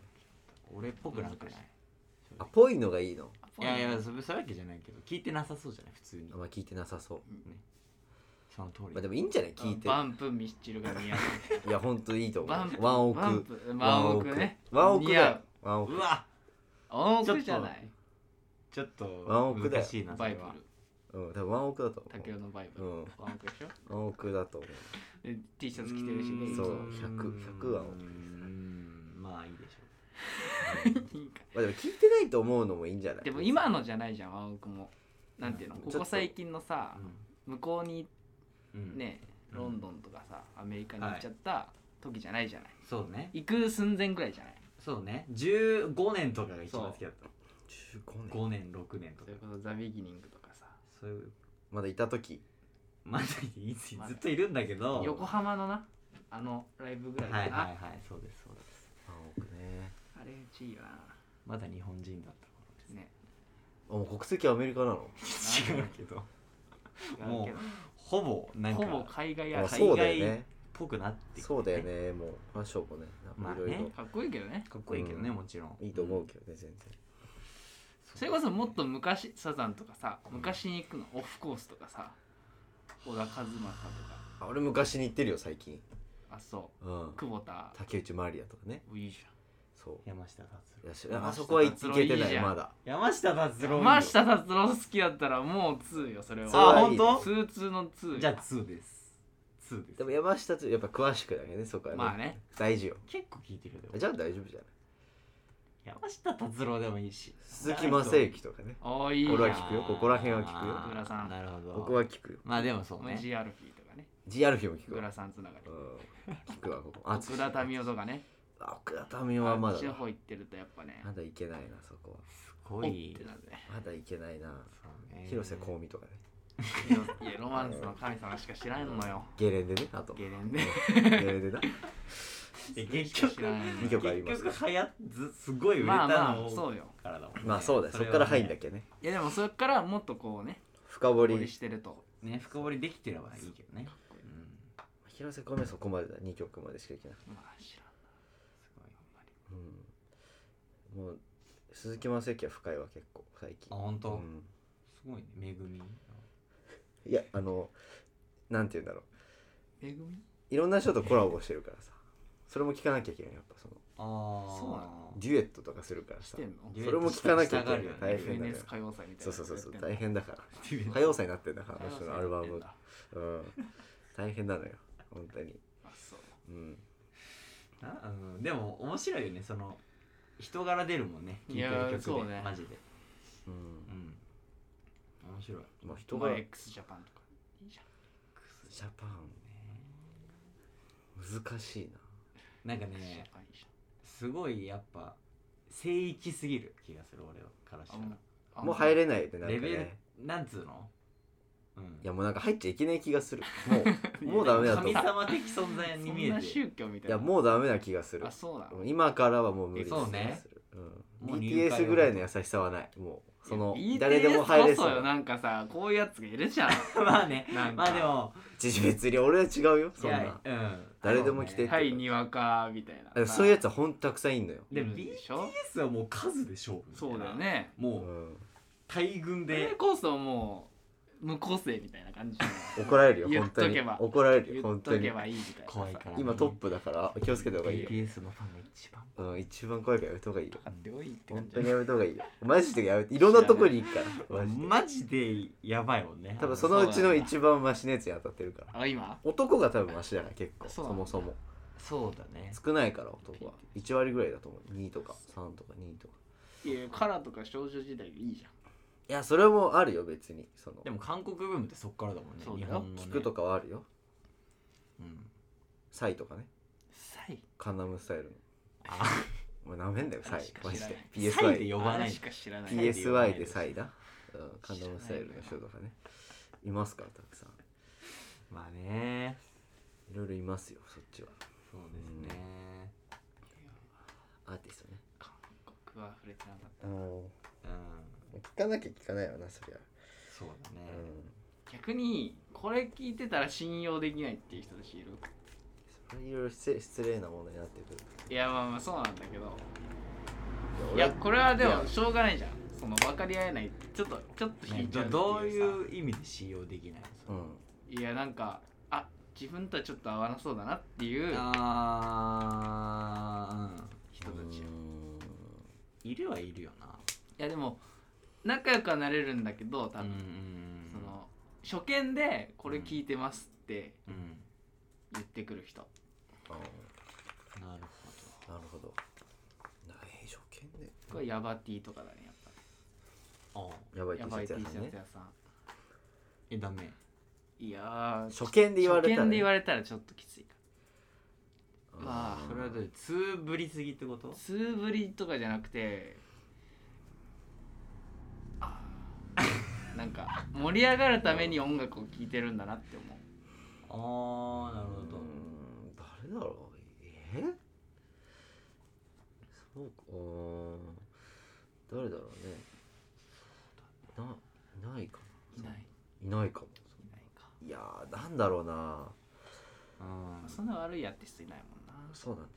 C: 俺っぽくなんかない
A: あぽいのがいいの
C: いやいやそそういうわけじゃないけど聞いてなさそうじゃない普通に
A: あんま聞いてなさそう
C: その通り
A: まあでもいいんじゃない聞いて
B: バンプミスチルが似合
A: いやほんといいと
B: う
A: 思
B: バン
A: う
B: プ
A: ワンオ
B: バン
A: ク
B: プワンオクね
A: ワンオクだ
B: 似合
A: よワンオ
C: う
A: ク
C: わ
B: うワンオクじゃない
C: ちょっ
A: ワンオ
C: と
A: クだよ
C: 難しいなそ
B: バ
C: れ
B: イブル
C: は
A: うん多分ワンオクだと
B: 竹雄のバイブル、
A: 思う
B: ワンオクでしょ
A: うんワンオクだと思う
B: で T シャツ着てるしね
A: そう
C: ーん
A: 100 100は多いう
C: ーんまあいいでしょ
B: いいか
A: まあでも聞いてないと思うのもいいんじゃない
B: でも今のじゃないじゃんワンオクもなんていうの
A: うん
B: こ
A: ちょっ
B: こと最近のさ向こうに
C: う、うん、
B: ね
C: うん
B: ロンドンとかさアメリカに行っちゃった時じゃないじゃない
C: そうね
B: 行く寸前ぐらいじゃない
C: そうね15年とかが一番好きだった
A: 15年
C: 5年6年と
B: そ
C: か
B: れこそザ・ビギニングとかさ
C: そういう
A: まだいた時
C: まだいつずっといるんだけど
B: 横浜のなあのライブぐらいか
C: はいはい
B: な、
C: はいそうですそうです
A: ワンオクね
B: あれうちいいよな
C: まだ日本人だった頃です
B: ね
A: あもう国籍アメリカなの
C: 違うけどもう
B: 違う
C: ほぼ
B: け
C: なん
B: ど
C: か
B: ほぼ海外や
A: あ
B: 海
A: そ
B: 外
A: うだよね
C: ぽくなってきて
A: そうだよねもうファッションもね
C: まあ
A: い
C: ね
A: ろいろ
B: かっこいいけどね
C: かっこいいけどね、
A: うん
C: もちろん
A: いいと思うけどね全然
B: それこそもっと昔サザンとかさ昔に行くのオフコースとかさ小田和正とか
A: あ俺昔に行ってるよ最近
B: あそ
A: うん
B: う久保田
A: 竹内まりやとかね
B: いいじゃん
A: そ
C: 山下達
A: うい
C: 郎
A: やしあそこは行けてないまだ
C: 山下達郎いいよ
B: 山下達郎好きだったらもう2よそれは
A: そう
C: あ
A: はい
C: 本当
B: ツーツーの2
C: じゃあ2です2です
A: でも山下達郎やっぱ詳しくだけどねそこは
B: まあね
A: 大事よ
C: 結構聞いてるよでも
A: じゃあ大丈夫じゃない
C: 山下達郎でもいいし
A: 鈴木雅之とかね
B: ああいいじゃん
A: これは聞くよここら辺は聞くよ
C: あー
B: グラさん
C: なるほど
A: 僕は聞くよ
C: まあでもそうね
B: g アルフィーとかね
A: GR フィも聞く
B: グラ
A: わ
B: さんつながり
A: うん聞くわここ あ
B: 奥田民生とかね
A: あ奥田民生はま
B: あ
A: だ
B: っちの
A: だ
B: 方行ってるとやっぱね
A: まだ行けないなそこは
C: す
B: お
C: ご
B: っ
C: い
B: てなるね
A: まだ行けないな
C: そうね
A: 広瀬香美とかね
B: いやロマンスの神様しか知らんのよ
A: ゲレンデねあと
B: ゲレンデ
A: ゲレンデ な
C: え結局
A: 二曲ありますね
C: 結局はやずすごい売れ
B: ま
C: た
B: あまあ
C: の
B: そうよ
C: からだもんね
A: まあそうだよそっから入んだけどね
B: いやでもそれからもっとこうね
A: 深掘
B: 掘り
A: り
B: してると
C: けね深掘りできてればいいけどねうん
A: 広瀬香美はそこまでだ2曲までしか行けなかっ
B: まあ知らん
C: す
A: たうん
C: ごい
A: もう鈴木雅之は深いわ結構最近
C: あ本当
A: うん
C: すごいね恵み
A: いやあのなんて言うんだろ
B: めぐみ
A: ういろんな人とコラボしてるからさそれも聞かなきゃいけないやっぱその
C: ああ
B: そうな
A: デュエットとかするから
B: し
A: さ
B: てんの
A: それも聞かなきゃいけない
C: したが
A: 大
C: るよね
A: 変だか
B: FNS
A: ら
B: 歌謡祭みた
A: そう
B: いな
A: そうそうそう
B: やってんの
A: 大変だから
C: デュエット
A: 歌謡祭になってんだ からあの人
B: 歌謡祭
A: のアルバ
B: やってん
A: ム
B: だ
A: うん大変なのよ本当に
B: あそう
A: うん
C: なうんでも面白いよねその人柄出るもんね聴いてる
B: いやーそ
C: 曲
B: う
C: で、
B: ね
C: マジで
A: うん
C: うん面白い
A: まあ人
B: ま
A: が
B: あ
A: ジ
B: x ジャパンとかいいじゃん
A: ャパン難しいな
C: なんか
B: X ジャ
C: ね
B: パンいいじ
C: すごいやっぱ聖域すぎる気がする俺からした
B: ゃんあもうあ
A: もう入れないってな
C: ら
A: んか
C: レベル、
A: ね
C: なんつうのうん
A: いやもうなんか入っちゃいけない気がするもうもうダメだと思
C: 神
A: う
C: 様的存在に見え
B: そんな
C: て
B: 宗教みたい
A: いや
B: な
A: もうダメな気がする
B: あそうなの
A: 今からはもう無理な
C: そうね
A: 気がするうん
C: もう入会は
A: BTS ぐらいの優しさはないもうその
B: いや
A: 誰でも入れ
B: BTS こ
A: そう
B: そよなんかさこういうやつがい るじゃん
C: まあね
B: なんか
C: まあでも
A: 自別に俺は違うよそん
C: い
A: な
C: やうん
A: 誰でも来て
C: そうね
B: はいにわかみたい
A: あ
B: な
A: そういうやつはほんとたくさんいんのよ、
B: い
C: で
B: るでしょ
C: BTS はもう数で勝負みたいな
B: そうだよね
A: う、
C: もうん大群
B: それ
C: で
B: こそもう無個性みたいな感じ
A: 怒られるよ
B: 言
A: 本
B: っ
A: 当
B: と
A: に
B: けば
A: 怒られるよ
B: 言っ
A: 本当
B: とけ
A: に
B: ばいいみたいな
C: 怖いからね
A: 今トップだから気をつけた方がいいよ、
C: BTS のファンが一番
A: うん、一番怖いからやめた方がいいよ
B: あって多いって
A: 本
B: 感じ
A: 当にやめた方がいいよマジでやめていろんなとこに行くからマ ジで
C: マジでやばいもんね
A: 多分そのうちの一番マシなやつに当たってるから
B: あ今
A: 男が多分マシだから結構
B: そ
A: そう
B: なんだ
A: もそも
C: そうだね
A: 少ないから男は1割ぐらいだと思う2とか3とか2とか
B: いやカラーとか少女時代でいいじゃ
A: いやそれもあるよ別にその
C: でも韓国ブームってそっからだもんね
B: そうだ
C: 日
B: よ
C: 本のね
A: 聞くとかはあるよ
C: うん
A: サイとかね
B: んサイ
A: カンナムスタイルの
C: あ
A: お前なめんだよサイ
B: 確か
A: マ
B: に
A: ジで
C: サイで
A: PSY
C: 呼ば
B: あ
C: な
B: れ
C: い
B: しか知らない
A: PSY でサイだうんカンナムスタイルの
B: 知
A: 人
B: ら
A: とかねいますからたくさん
C: まあね
A: いろいろいますよそっちは
C: そうですね
A: アーティストね
B: 韓国は触れてなかっ
A: うん
C: うん
A: 聞かなきゃ聞かないよなそりゃ
C: そうだね
A: う
B: 逆にこれ聞いてたら信用できないっていう人たちいる
A: それいろいろ失礼失礼なものになってくる
B: いやまあまあそうなんだけどい
A: 俺
B: やこれはで
A: いや
B: もしょうがないじゃんその分かり合えないちょっとちょっと引いちゃう
C: ど
B: って
C: どう
B: う
C: いう意味で信用できないの
A: うん
B: さいやなんかあ自分とはちょっと合わなそうだなっていう
C: あー、うん、人
B: 人
C: た
B: た
C: ち
B: ち
C: よ
B: よ
C: いるはいるよない
B: やでも仲良くはなれるんだけど多分、
C: ん
B: その初見で「これ聞いてます」って
C: うん
B: 言ってくる人、
A: あー
C: なる
A: なるほどない条件で
B: これヤバティとかだねやっぱ
C: ほど
A: や
C: あ
A: ばい T
B: ヤ
A: シ
B: バ
A: ャ
B: い
A: ツ
B: T シ
A: 屋さんね
B: ャツ屋さん
C: えダメ
B: いやー
A: 初見で言われたら
B: 初見で言わ
A: れ
B: れたらちょっときついかわあ
C: それはどうつぶりすぎってこと
B: つぶりとかじゃなくてあーなんか盛り上がるために音楽を聴いてるんだなって思う
C: ああなる
A: うーん誰だろうえそうかうーん誰だろうねなないか
B: いない
A: ないないかも
B: いないか
A: いやーなんだろうな
C: うん
B: そんな悪いアーティストいないもんな
A: そうなんだよね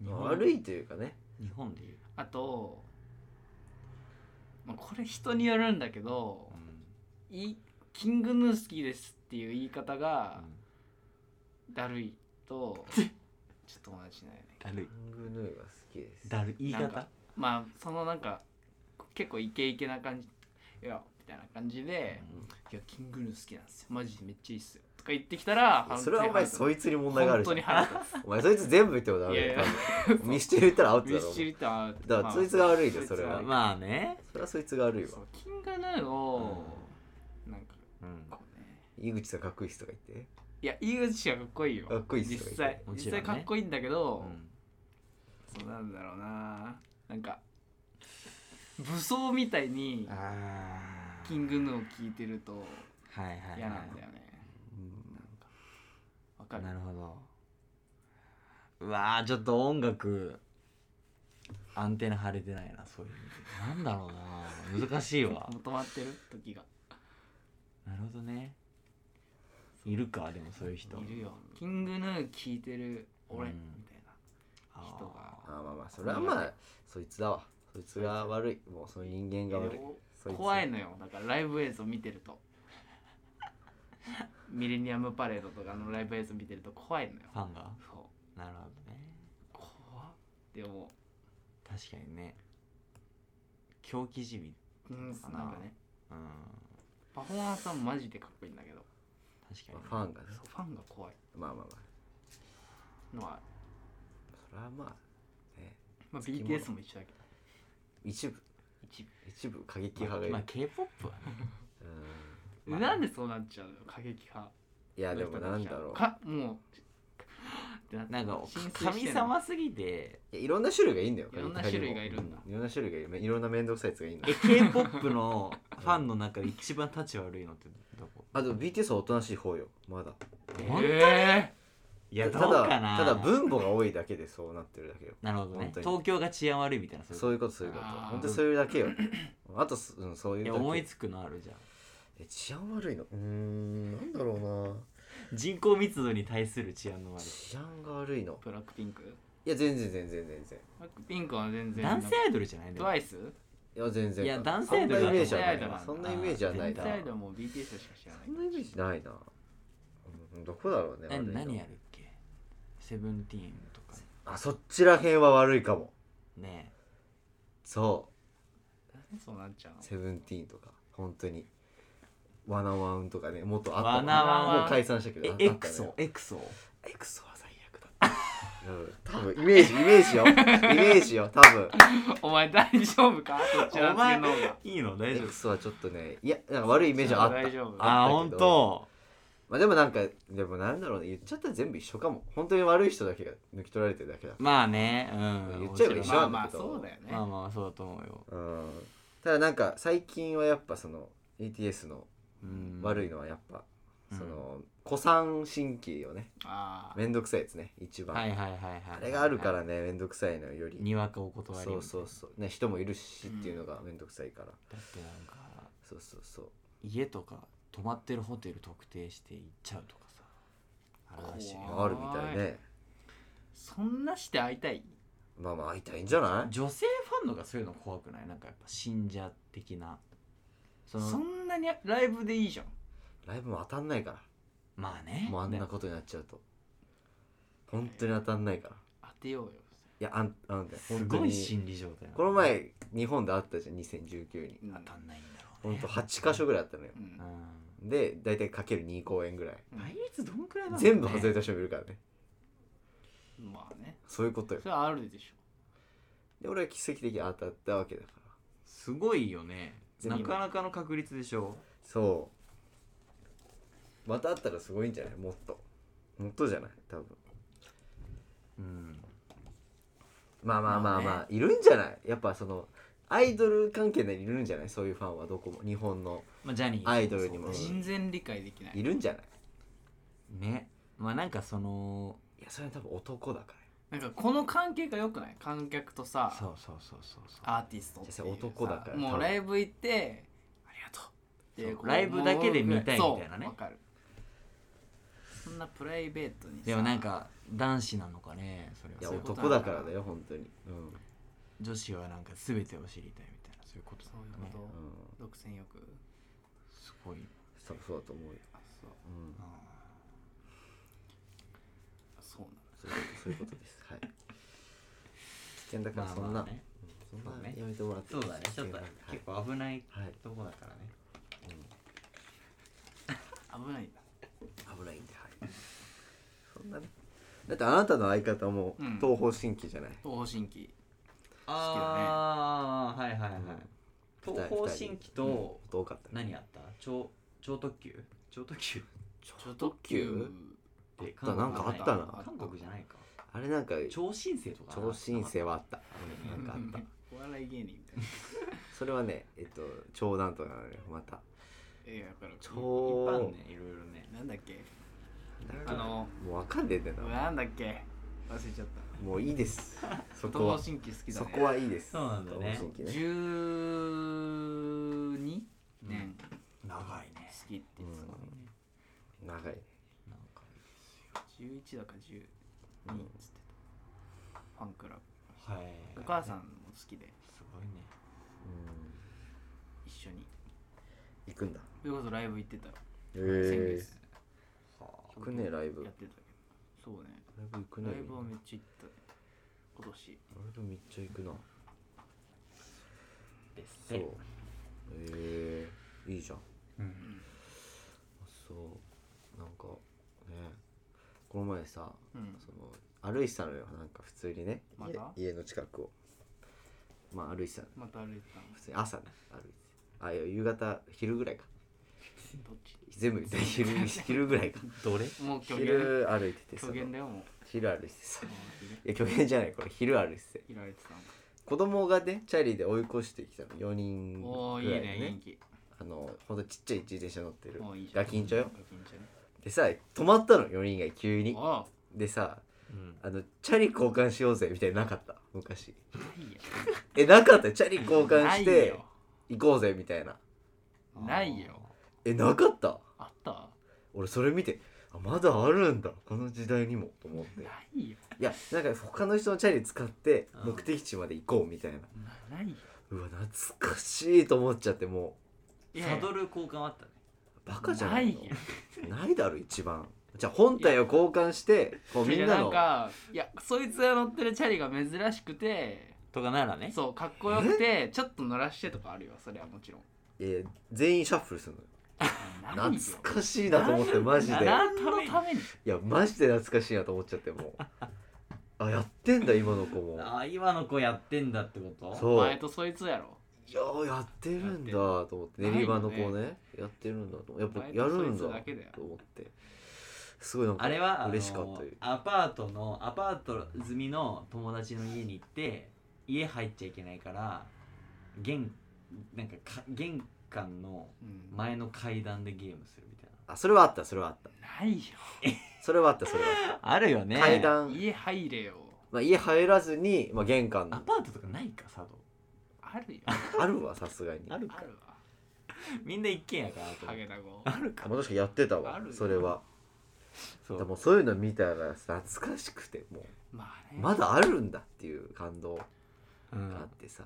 C: 日
A: まあ
C: 本
A: 悪いというかね
C: 日本で言う
B: あと、まあ、これ人によるんだけど「いキングヌー好きです」っていう言い方がだるい とちょっと同じじゃないね
C: だるい
A: キングヌーが好きです
C: だるい言い
B: なん
C: 方
B: かまあそのなんか結構イケイケな感じ「いや」みたいな感じで「いやキングヌー好きなんですよマジでめっちゃいいっすよ」とか言ってきたら
A: それはお前そ
B: いう
A: いつに問題があるじゃ
B: 本当
A: ん
B: に腹立 つ
A: お前そいつ全部言ってもダメだ
B: い
A: よ
B: やい
A: 多分ミスチル言ったらアウト
B: ミ
A: だろ
B: スチルってあ
A: だからそいつが悪いじゃん
B: そ
A: そ
B: いつ
A: れ
B: が
A: は
C: まあね
A: それはそいつが悪いわ
B: そうキングヌーをなんか
C: うん
B: こうね
A: 井口さんかっこいいっすとか言って
B: いや井口はかっこいいよ
A: かっこいいっすよ
B: 実際
C: もち
B: 実
C: ろん
B: 際
C: ね
B: かっこいいんだけど、
C: うん
B: そうなんだろうななんか武装みたいに
C: あー
B: キングヌーを聞いてると
C: はいはいはい
B: 嫌なんだよねわかる
C: なるほどうわーちょっと音楽アンテナ張れてないなそういう意味でなんだろうな難し いわ
B: もう止まってる時が
C: なるほどねいるかでもそういう人
B: いるよキングヌー聞いてる俺、
C: うん
B: みたいな
C: あー
B: 人が
A: あーまあまあそれはまあそいつだわそいつが悪いもうその人間が悪い
B: いや
A: そつ
B: 怖いのよだからライブ映像見てるとミレニアムパレードとかのライブ映像見てると怖いのよ
C: ファンが
B: そう
C: なるほどね
B: 怖っでも
C: 確かにね狂気じみ
B: うんなんかね
C: うん
B: パフォーマンスはマジでかっこいいんだけど
C: 確か
A: まあ、ファ
C: に
A: ンがね
B: そうファンが怖い
A: まあまあまあ
B: のは、
A: それはまあね
B: まあ、
A: きもの
B: BTS も一緒だけど
A: 一部
B: 一部
A: 一部過激派がいる、
C: まあ k p o p はね
A: うん
C: まあ
B: なんでそうなっちゃうの過激派
A: いやでもなんだろう
B: かもう って
C: なんか
B: 浸水してんの
C: 神様すぎて
A: いやいろんな種類がいいんだよ
B: いろんな種類がいるんだ
A: いろんな種類がいるいろんな面倒くさいやつがいいんだ
C: え k p o p のファンの中で一番立ち悪いのってどこ
A: あと BTS はおとなしい方よまだ
C: 本当
B: え
C: いやど
A: た
C: う
A: ただ
C: かな
A: ただ分母が多いだけでそうなってるだけよ
C: なるほどね
A: 本当に
C: 東京が治安悪いみたいな
A: そう
C: いう
A: いうことそういうこと
B: あー
A: 本当にそういうだけよあと、そうん、そういうう
C: い
A: だ
C: や
A: け
C: 思いつくのあるじゃん
A: え治安悪いのうーんなんだろうな
C: 人口密度に対する治安の悪さ
A: 治安が悪いの
B: ー、ブラックピンク
A: いや全然全然全然
B: ブラックピンクは全然
C: 男性アイドルじゃない
B: ト
C: の
B: ワイス
A: いや全然
C: いや男性アイドル
A: そん
C: だ
A: なイメージはない
B: 男性ア
C: と思う
B: イドルなんだ
A: そんなイメージはない
B: 男
A: な
B: 性アイドルも BTS しか知らな
A: そんないイメージないなうんどこだろうね
C: え
A: 悪いの
C: 何やるっけセブンティーンとか
A: あそっちらへんは悪いかも
C: ね
A: そ
B: なんでそうなっちゃう
A: うセブンティーンとか本当にワナワンとかね元あった
C: ワナ
B: ワン
A: もう解散したけど
C: え
A: あったの
C: エ
A: よ
C: クソエクソ
A: エクソは最悪だったうん多分イメージイメージよイメージよ多分
B: のお前大丈夫かそっちの
C: お前
B: 発言の方が
C: いいの
A: エ
C: 大丈夫
A: クソはちょっとねいやなんか悪いイメージはあった
B: 大丈夫
A: あ
C: あ
A: っ
C: ー
A: た
C: 本
A: けど
C: 当
A: まあでもなんかでもなんだろうね言っちゃったら全部一緒かも本当に悪い人だけが抜き取られてるだけだ
C: まあねうん
A: 言っちゃえば
C: 面
A: 一緒
C: 白い
B: ま
A: な
B: あ
A: ん
B: ま
A: だ
B: あ
A: けど
B: そうだよね、
C: まあまあそうだと思うよ
A: うんただなんか最近はやっぱその BTS の
C: うん
A: 悪い
C: の
A: のはやっぱ、
C: うん
A: その古参新規よね
B: ああ
A: めんどくさいですね一番、
C: はいはいはいはい
A: あれがあるからねめんどくさいのより
C: にわかお断り
A: そうそう
C: う
A: そうね人もいるしっていうのがめんどくさいから、
C: だってなんか
A: そうそうそう
C: 家とか泊まってるホテル特定して行っちゃうとかさあるらしいよ
B: 怖
A: あるみたいね
B: そんなして会いたい
A: まあまあ会いたいんじゃない
C: 女性ファンのがそういうの怖くないなんかやっぱ信者的なそ
B: そ
C: の
B: んなにライブでいいじゃん
A: ライブも当たんないから
C: まあね
A: もうあんなことになっちゃうと本当に当たんないから
B: 当てようよ
A: いやあんあんた
C: す
A: 本当
C: ごい
A: に
C: 心理状態な
A: この前日本であったじゃん2019に
B: 当
C: 当たんないんだろう
A: ほん
C: ね
A: と8箇所ぐらいあったのよ
B: う
C: うんん
A: で大体かける2公演ぐらい
C: 倍率どんくらいなの
A: 全部外れた人もいるからね
B: まあね
A: そういうことよ
B: それはあるでしょ
A: で俺は奇跡的に当たったわけだから
C: すごいよね
A: 全
C: な
A: 部
C: かなかの確率でしょ
A: そうまた会ったらすごいんじゃないもっともっとじゃない多分
C: うん
A: まあまあまあ
B: ま
A: ま
B: あ
A: あいるんじゃないやっぱそのアイドル関係でいるんじゃないそういうファンはどこも日本の
C: まあジャニー
A: アイドルにも
C: そうだし
B: 人前理解できないい
A: るんじゃない
C: ねまあなんかその
A: いやそれは多分男だか
B: なんかこの関係が良くない観客とさ
C: そうそうそうそうそう
B: アーティストっ
A: ら
B: ていう
A: じ
B: さ
A: ゃあ男だから
B: も
A: 多
B: う
A: 分
B: ライブ行ってありがとうって
C: そう
B: こう
C: ライブだけで見たい
B: そう
C: みたいなね
B: わかるそんなプライベートにさ
C: でもなんか男子なのかねそれはい
A: や
C: そういうこと
A: 男だからだよ本当にうん、
C: 女子はなんか全てを知りたいみたいなそういうことだ
B: そ
C: よ
B: ういう
C: ね
B: こ
A: うん、
B: と独占欲
C: すごい、
A: そうそうだと思うよ、
B: あそう
A: うん、
B: そうなんだ
A: そういうことそういうことですはい危険だからそんな、そん
C: そう
A: な
C: ね
A: やめてもらって
C: そうだねちょっと
A: はい
C: 結構危ない
A: はい
C: とこだからね
B: 危ないんだ
A: 危ないんではいそんなねだってあなたの相方も
B: うん
A: 東方神起じゃない、
B: 東方神起
C: ああはいはいはい、東方神起と、
A: 多かったね
C: 何あった超超特急超特急
B: 超特急
C: って
A: あったなんかあったな
C: 韓国じゃないか
A: あれなんか
C: 超新星とか
A: 超新星はあった
C: う
A: なんかあった
B: お笑い芸人みたいな
A: それはねえっと長男となのよまた
B: ええわかる
A: 超
C: いっぱいあんねいろいろね
B: なんだっけ
A: なん
B: あ
A: か
B: の
A: もうわかんねえんだよな
B: なんだっけ忘れちゃった
A: もういいですそこは
B: 東方神起好きだ
A: そ
B: ね
A: こはいいです
C: そうなんだ
A: 東
C: ね
A: 方神起ね
B: 12年好
C: 長いね
B: きって言ってたからね、
A: 長い
C: なんか
B: 11だか12っつってたファンクラ
C: はい
B: ブお母さんも好きです
C: ごいね
A: うん
B: 一緒に
A: 行くんだ
B: それこそライブ行ってたよ
A: え
B: 先
A: え
B: 月
C: は
A: 行くねライブ
B: や
A: ラ
B: ってたけどそうね
A: イブ行くね
B: ライブはめっちゃ行ったね今年
A: ライブめっちゃ行くな
C: あです
A: そうええいいじゃん
C: うん
A: そうなんかねこの前さ
B: うん
A: その歩いてたのよなんか普通にね、
B: また
A: 家家の近くをまあ歩いてたの
B: また歩いてたの
A: 普通に朝ね歩いてあいや夕方昼ぐらいか
B: どっち
A: 全部言った昼昼ぐらいか
C: どれ
B: もう虚言
A: 昼歩いててそ
B: 虚
A: の
B: 言だよもう
A: 昼歩いててさ
B: もう虚言
A: いや虚言じゃないこれ昼歩いてて
B: いられてたの
A: 子供がねチャリで追い越してきたの4人
B: おおい
A: ぐ
B: い
A: らいで
B: ね元気
A: あのほんとちっちゃい自転車乗ってる
B: おーいいじゃん
A: ガキンチョよ
B: ガキンチョね
A: でさ止まったの4人が急に
B: おー
A: でさ
C: うん
A: あのチャリ交換しようぜみたいなのなかった昔
B: ないよ
A: えなかったよチャリ交換し
B: ない
A: て
B: よ
A: 行こうぜみたいな
B: ないよ
A: えなかった
B: あった
A: 俺それ見てあまだあるんだこの時代にもと思ってい
B: ないよ
A: やなんか他の人のチャリ使って
C: うん
A: 目的地まで行こうみたいな
B: ないよ
A: うわ懐かしいと思っちゃっても
B: いや
C: サドル交換あったね
A: うバカじゃないの
B: ないよ
A: ないだろ一番じゃあ本体を交換してこうみ
B: い
A: ん
B: や
A: な
B: なん
A: の
B: かいやそいつが乗ってるチャリが珍しくて
C: とかならね
B: そうかっこよくてちょっと乗らしてとかあるよそれはもちろん
A: えー全員シャッフルするのよ
B: ないよ
A: 懐かしいなと思ってマジで
B: 何のために
A: いやマジで懐かしいなと思っちゃってもうあやってんだ今の子も
C: あー今の子やってんだってこと
A: そう
B: お前とそいつやろ
A: いややってるんだと思って
B: やって
A: 練
B: る
A: 馬の子ねやってるんだと思ってやっぱやるんだと思ってすごいなんか
C: あれは
A: 嬉しかったよ
C: あのアパートのアパート済みの友達の家に行って家入っちゃいけないから玄なんかか玄関の
B: うん
C: 前の階段でゲームするみたい
A: あそれはあったそれはあった
B: ないよ
A: それはあったそれはあっ
C: なあるよ
A: た
C: ね
A: 階段、
B: 家入れよ
A: まあ、家入らずに、まあ、玄関
C: ア
A: の
C: パートとかないか佐渡
B: あるよ
A: あるわさすがに
C: る
B: あるわ
C: みんな一軒やからと
B: ハゲタゴ
C: あるか
A: あまあ確かにやってたわ
B: あるよ
A: それは
C: そ
A: で
C: う
A: もそういうの見たら懐かしくてもう
B: まあね
A: まだあるんだっていう感動が
C: う
A: あっ
C: ん
A: てさ、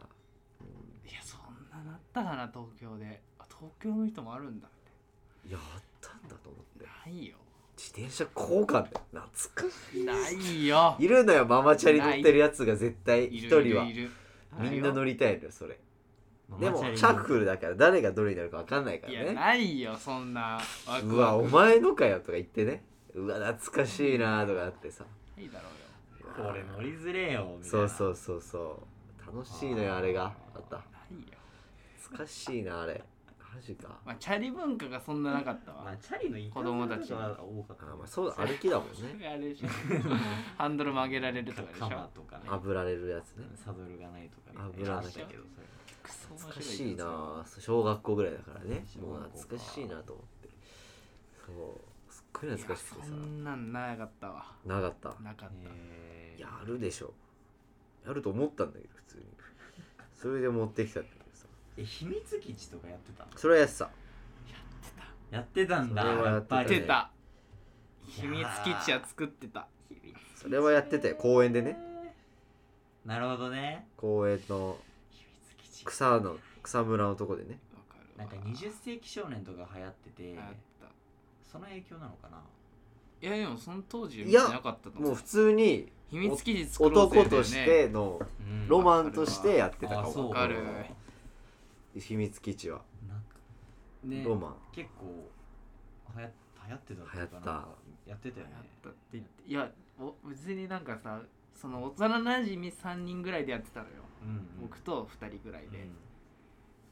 A: う
B: いやそんななったかな東京であ東京の人もあるんだ
A: んやったんだと思って
B: ないよ
A: 自転車交換だよ懐かし
B: ないよ
A: いいるのよママチャリ乗ってるやつが絶対
B: い
A: 一
B: る
A: 人はい
B: るいる
A: みんな乗りたいのよそれでも
C: ママチャリ
A: シャッフルだから誰がどれになるか分かんないか
B: い
A: ら
B: や
A: ね
B: ないよそんなワ
A: うわお
B: な
A: 前のかよとか言ってねうわ懐かしいなとかあってさ
B: いだろうよ
C: 俺乗りづれえよみたい
A: そう
C: な
A: そうそうそう楽しいのよあれがあった
B: ないよ
A: 懐かしいなあれマジか
B: まあチャリ文化がそんななかったわ、
C: まあチャリの行
B: 子供たち
C: が多かった
A: あまあそうだ歩きだもんね
B: あれでしょハンドル曲げられるとかでしょ
C: カマとかね
A: 炙られるやつね
C: サドルがないとか
A: あ
C: ね
A: ぶらない
C: あったけどそれ
B: クソ
A: 懐か
B: 面白
A: し
B: い
A: いな
B: よ
A: あ小学校ぐらいだからね
C: 小
A: も
C: 学校
A: う
C: か
A: 懐かしいなと思ってそうすっごい懐かしくて
B: いや
A: さ
B: そんなんなかったわ
A: なかった
B: なかった、
C: え
A: いやあるでしょやると思ったんだけど普通にそれで持ってきたんだけどさ
C: え秘密基地とかやってた
A: それはやつさ
B: やってた
C: やってたんだ
A: それは
C: やっぱ
B: やっ
A: ね
B: て
C: り
B: た
C: い
B: 秘密
C: やー
B: 基地は作ってた
A: それはやってたよ公園でね
C: なるほどね
A: 公園の
C: 秘密基地
A: 草の草むらのとこでね
B: わかる
C: なんか20世紀少年とか流行ってて
B: あった
C: その影響なのかない
B: やでもその当時はい
A: や
B: 見てなかったと思
A: もう普通に
B: 秘密基地作ろうぜ
A: 男
B: だよ
A: と
B: ね
A: しての
C: うん
A: ロマンとしてやってたか
C: あそう
A: も
B: わかる
A: 秘密基地は
C: なんかね
A: ロマン
C: 結構流行流行ってたっていうか
A: 流行った
C: なんかやってた
B: や
C: よね
B: ったって言っていやお別になんかさその幼なじみ3人ぐらいでやってたのよ、
C: うんうん
B: 僕と2人ぐらいで、
C: うん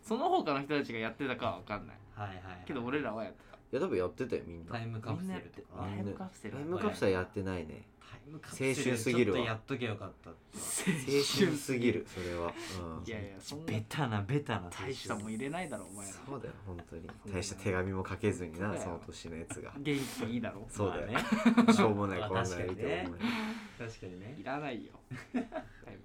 B: その他の人たちがやってたかは分かんない
C: はいはいはい
B: けど俺らはやって
A: いや多分やってたよみんな
C: タイムカプセルと
B: みん
C: か
B: な
A: みん
B: やって
A: な
B: タイムカプセル
A: タイムカプセルやってない ね
C: タイムカ
A: 青春すぎるわ
C: ちょっとやっとけよかったって
A: 青
B: た
A: 春すぎるそれは、うん、
B: いやいやそんな
C: ベタなベタな青春
B: 大したもん入れないだろお前ら
A: そうだよ本当に大した手紙も書けずになその年のや つが
B: 元気いいだろ
A: そうだよ
C: まあね
A: しょうもないこんなやり
C: 確かにね
A: ても
C: 確かにね
B: いらないよタイム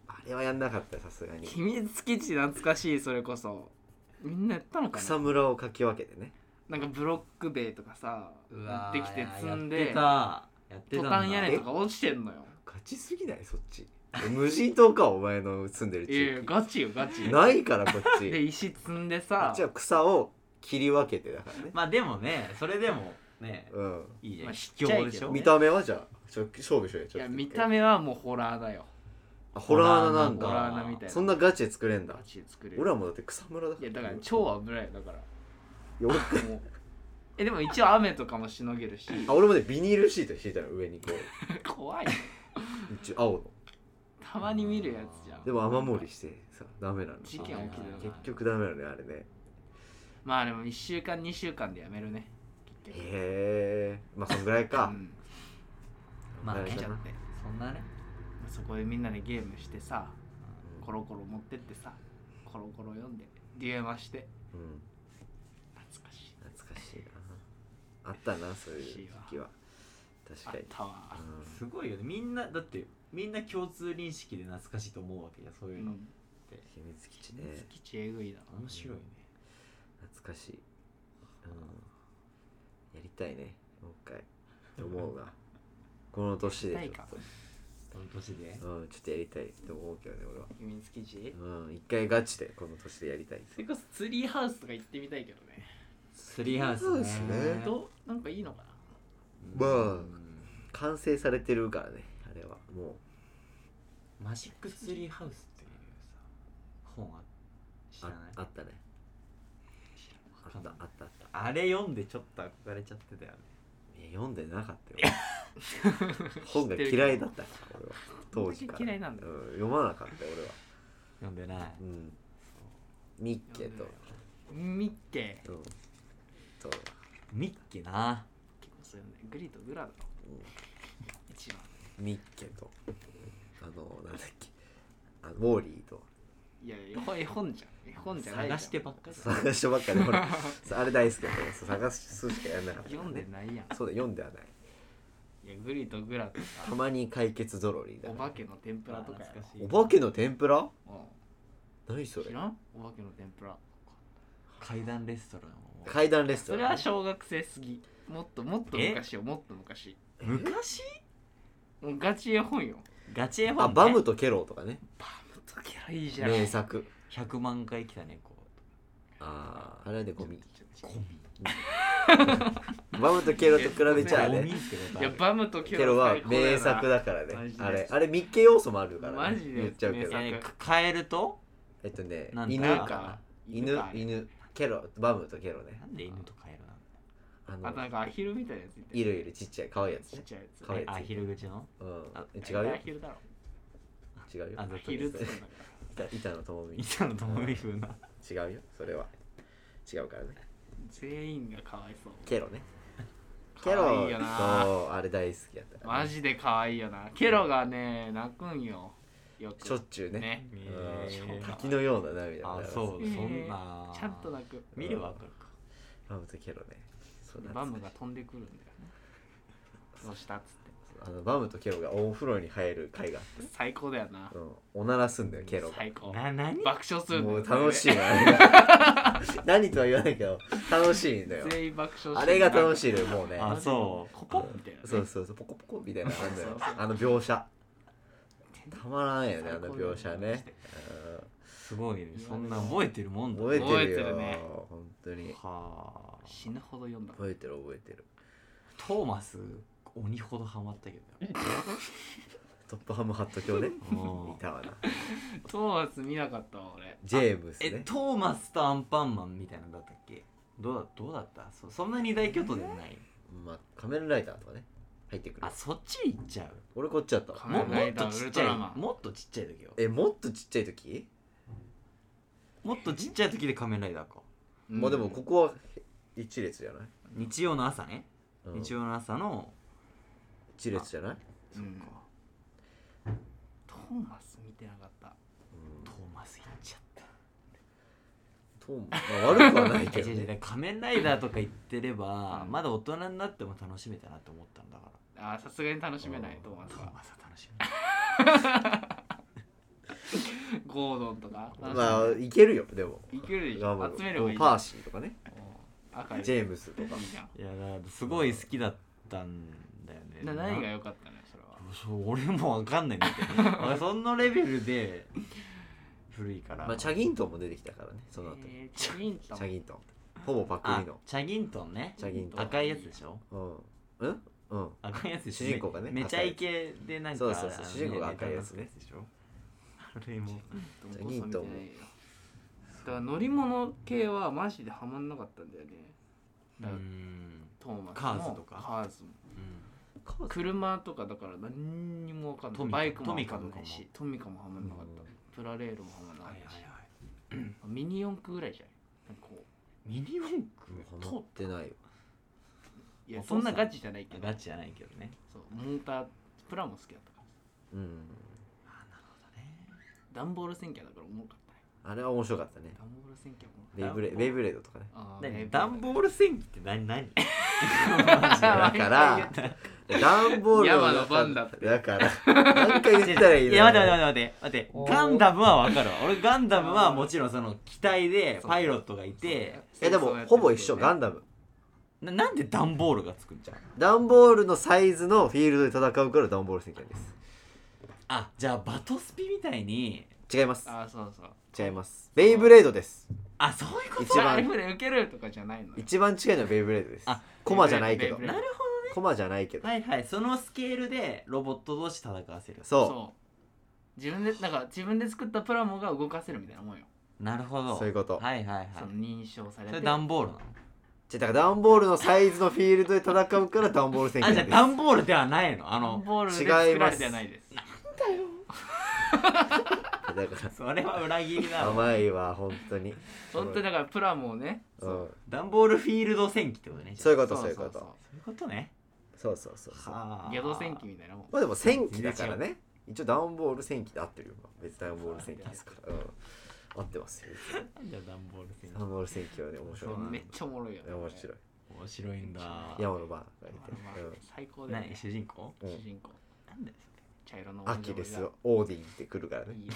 A: あれはやんなかったよさすがに
B: 秘密基地懐かしいそれこそみんなやったのか
A: 草
B: な
A: むらをかき分けてね
B: なんかブロック塀とかさ
C: うわー
B: 持ってきて積ん
C: やっ
B: で
C: てたやってた
B: ト
C: んだ
B: タン屋根とか落ちてんのよ
A: ガチすぎないそっち無人島かお前の住んでる
B: いやいや
A: 地
B: ガチよガチ
A: 域ないからこっち
B: で石積んで
A: こ
B: さ
A: っちは草を切り分けてだからね
C: まあでもねそれでもね
A: うん
C: いいじゃ
B: まあ
C: ん卑怯でしょ
A: 見た目はじゃあちょ勝負しようよち
B: い
A: ょっ
B: や
A: と
B: 見た目はもうホラーだよ
A: あホラー穴なん
B: ホラー
A: だ
B: 穴みたいな
A: そんなガチで作れんだ
B: ガチで作れる
A: 俺はもうだって草むらだか
B: い
A: ら
B: やだから超危ないよだから
A: いや俺
B: もうえでも一応雨とかもしのげるし
A: あ俺もねビニールシート敷いたの上にこう
B: 怖いよ
A: 一応青の
B: たまに見るやつじゃん
A: でも雨漏りしてさダメなの
B: 事件起きてる
A: 結局ダメなのねあれね
B: まあでも1週間2週間でやめるね結局
A: へえまあそんぐらいか、
B: うん
C: まあ
A: 慣れ
B: 出
A: た
B: ち
A: な
B: ゃって
C: そんなね
B: そこでみんなでゲームしてさ
A: うん
B: コロコロ持ってってさコロコロ読んで DM して
A: うん
B: 懐かしい
A: 懐かしいなあったなそういう時期は確
B: あ
A: か
B: っ
A: に
B: たわ
C: すごいよねみんなだってみんな共通認識で懐かしいと思うわけじゃんそう
B: う
C: いうの、
B: ん
A: 秘密基地
B: 秘
A: ね
B: 密基地えぐいだ
C: 面白いね
A: 懐かしい、うん、やりたいねもう一回と思うがこの年で
B: やり
A: ちょ
B: た
A: っ
B: いか
A: と
C: その年で
A: うん、ちょっとやりたいって思うけどね俺は
B: 秘密基地
A: うん一回ガチでこの年でやりたい
B: それこそツリーハウスとか行ってみたいけどね
C: スリーハウス
A: そうですね
B: どうなんかいいのかな
A: まあ
C: うん
A: 完成されてるからねあれはも
C: マジックツリーハウスっていうさ本あ
A: う
C: 知ら
A: あ
C: ない
A: あったね
C: 知
A: あ
C: ら
A: った
C: な
A: あ
C: い
A: ったあった
C: あれ読んでちょっと憧れちゃってたよね
A: いや読んでなかったよ本が嫌いだったから俺は当時から
B: 本当に嫌いなんだ
A: うん、読まなかったよ俺は
C: 読んでない
A: うんミッケと、
B: ミッケ
A: うん、と
C: ミッキーな
B: 結構そうよねグリとグラだろ一番
A: ミッケとあのなんだっけあウォーリーと
B: いやいや絵本じゃん絵本じゃないじゃん
C: 探してばっかりだ
A: 探してばっかり俺 そうあれ大好きだからそう探すしかやんなかったから
B: 読
A: ね、
B: んでないやん
A: そうだ読んではない
B: いやグリとグラとさ
A: たまに解決ぞろりだ
B: お
A: ね
B: 化けの天ぷらとかやろ
C: 懐かしい
A: お化けの天ぷら
B: うん
A: 何それ
B: 知らんお化けの天ぷら
C: 階段レストランを
A: 階段レス
B: そ
A: ト
B: れ
A: ラ
B: は
A: ン
B: 小学生すぎもっともっと昔よもっと昔
C: 昔
B: もうガチ絵本よ
C: ガチ絵本、ね、
A: あバムとケローとかね
B: バムとキャラいいじゃん
A: 名作
C: 100万回来たねこ
A: あああれでゴミ
C: うゴ
A: バムとケローと比べちゃあ
C: ゴ
A: ね
C: ミってことあ
B: い
C: る
B: やバムとキ
A: ケ
B: ャ
A: ロは
B: ラ最高だよな
A: 名作だからね
B: マジで
A: あれあれ密ケ要素もあるから、ね、
B: マジで
A: 言っちゃうけ
B: 名
A: ど
B: 作
C: いやねカエルと
A: えっとね
C: なんだ
A: 犬
B: なんか
A: 犬
B: か
A: 犬ケロバムとケロね
C: なんで犬とカエルなの
A: あの
B: あとなんかアヒルみたいなやついて
A: いるいるちっちゃい可愛いやつ
B: ちっ
A: ね
B: ちゃいやつ
A: 可愛い
C: えアヒル口の
A: うん
C: あ
A: え違う
B: ア
A: よ
B: ヒルだろ
A: 違うよ
C: あ
B: ア
C: ざと
B: ヒ
C: い
B: ル
C: や
B: っ
C: つ
B: て言うんだか
A: 板板野友美
C: 板野友美風な
A: 違うよそれは違うからね
B: ら全員がかわいそう
A: ケロねケ
B: かわ
A: ロ
B: いいよな
A: とあれ大好きやった
B: マジでかわいいよなケロがね泣くんよよく
A: しょっちゅうね
B: ね
A: うん
C: えー
A: 滝のような涙
C: あ
A: が流れます
C: そうそんな
B: ちゃんと泣く
C: 見ればわかるか
A: バムとケロねそうなんです
B: バムが飛んでくるんだよねどうしたっつっ
A: あのバムとケロがお風呂に入る回があって
B: 最高だよな
A: て、うん、おならすんだよケロが
B: 最高
C: な何
B: 爆笑するんだ
A: も
B: よ
A: う楽しいわ 何とは言わないけど楽しいんだよ
B: 全員爆笑してる
A: あれが楽しいのよもうね
C: あそう
B: コポッみたいなね
A: そうそうそうポコポコみたいな感じだよ
B: そうそう
A: あの描写たまらんよねあ
B: 最高だ
A: の
B: よ
A: 描写ね
C: すごいねそんな覚えてるも
A: うんん
C: だ
A: 覚えてるよ
B: 覚えてるね
A: 本当に
C: はあ
B: 死ぬほど読んだ
A: 覚えてる覚えてる
C: トーマス鬼ほどハマったけ
A: トップハムハット卿ね
C: ど
A: いたわな
B: トーマス見なかったわ俺
A: ジェームス
C: え
A: ね
C: トーマスとアンパンマンみたいなのだったっけどうだどうだったそそんな二大巨頭でもない
A: まあ仮面ライダーとかね入ってくる
C: あそっち行っちゃう
A: 俺こっちだったわ
B: 仮
C: も
B: 面
C: も
B: ラ
C: っ
B: イダー
C: とちっ
B: ウル
C: ち
B: ト
C: ゃ
B: ラマ
C: い
B: ン
C: もっとちっちゃい時よ
A: えもっとちっちゃい時
C: もっとちっちゃい時で仮面ライダーか
A: まあでもここは一列じゃない
C: 日曜の朝ね
A: うん
C: 日曜の朝の
A: 一列じゃない
B: うんトーマス見てなかった
A: うん
C: トーマス行っちゃった
A: トーンまあ悪くはないけ
C: え
A: ど
C: 違う違う
A: ね
C: だから仮面ライダーとか言ってれば
B: うん
C: まだ大人になっても楽しめたなと思ったんだから
B: あーさすがに楽しめないトーマス
C: トー
B: は
C: マスは楽しめない
B: ゴードンとか楽しめない
A: まあいけるよでも
B: いけるでし
A: ガム
B: ょ
A: の
B: 集めればいい
A: パーシーとかね
B: うん赤い
A: ジェームスとか
B: いいじゃん
C: いやだからすごい好きだったんだよね
B: な何が良かったのよそれは
C: そう俺もわかんないんだけど俺そんなレベルで古いから、
A: まあチャギントンも出てきたからねその後に
B: えーチャギント
A: チ
B: ン
A: ャギントンほぼパク
C: あ
A: リの
C: チャギントンね
A: チャギントン
C: 赤いやつでしょ
A: うんうんうん
C: 赤いやつでしょ
A: 主人公がね
C: めめちゃイケでなんか
A: そうそうそう
C: あのね
A: 主人公が赤いやつね
C: ネタになったでしょあれも
A: チャギントンも
B: だから乗り物系はマジでハマんなかったんだよね
C: う
B: だから
C: ん
B: トーマスも
C: カーズとか
B: カーズも
C: う
B: 車とかだから何にも分かんな
C: ト
B: い
C: ミカ
B: バイクも分かんない
C: トミカとかも
B: しトミカもハマんなかっ
C: う
B: たプラレールもハマん
C: ん
B: な
C: は
B: か
C: い
B: っ
C: はい
B: た
C: は
B: し
C: い
B: ミニ四駆ぐらいじゃないなんかこ
C: ミニ四
A: ハマ
C: 駆
A: ってないよ
B: ういや
C: お父さ
B: そ
C: ん
B: んなガチじゃないけ
C: と
B: ど
C: ガチじゃないけどね
B: そうモータープラも好きだったから
A: うん
C: あなるほどね
B: ダンボール戦記だから重かったね
A: あれは面白かったね
B: ダンボール戦記は重かっ
A: ベイブレベイブレードとか ね
B: たあーね
C: 何ダンボール戦記って何何
A: だからダンボール
B: 山の番だって
A: だから何回言ったらいいの
C: いや待って待って待って待ってガンダムは分かるわ俺ガンダムはもちろんその機体でパイロットがいて
A: えでもほぼ一緒ガ
B: ン
A: ンダム
C: ななんで段ボールがつくんじゃん
A: ダンボールのサイズのフィールドで戦うからダンボール戦艦です
C: あじゃあバトスピみたいに
A: 違います
B: ああそうそう
A: 違いますベイブレードです
C: あそういうこと
A: 一番
B: ライフで受けるとかじゃないのよ
A: 一番近いのはベイブレードです
C: あ
A: コマじゃないけど
B: ベイブレード
C: なるほ
A: コマじゃないけど
C: どはいはいそのスケールでロボット同士戦わせる
A: そ
B: そう自分でなんか自分で作ったプラモが動かせるみたいなもんよ
C: なるほど
A: そういうこと
C: はいはいはい
B: その認証され
C: それ
B: て
C: 段ボールなの
A: うじゃあだからダンボールのサイズのフィールドで戦うからダンボール戦
C: あ
A: 艦
C: じゃあ
A: です
C: 段ボールではないのあ
B: ダン
C: の
B: ボールで
A: 違
B: 作
A: います
B: られてはないです
A: だか
C: それは裏切りだ
A: ら
C: ろ
A: 甘いわ本当に
B: 本当にだからプラモをね
A: う
B: そうん
C: 段ボールフィールド戦記ってことねじゃあ
A: そういうことそういうこと
C: そういうことね
A: そうそうそうそう
C: はあ
B: 宿戦記みたいなもん
A: まあでも戦機だからね一応ダンボール戦機で合ってるよ別にダンボール戦機ですから、うん、合ってますよ
C: じゃあ段ボール戦記
A: ダンボール戦機はね面白い
C: そうなんだ
B: めっちゃおもろいよね
A: 面白い
C: 面白いんだ
A: 山のバーがい
B: まあ最高だよ
C: 何
B: ね
C: 主人公
A: て、うん
B: 主人公
C: なんだよ
B: 茶色の
A: アキレスオーディンってくるからね
B: いいよ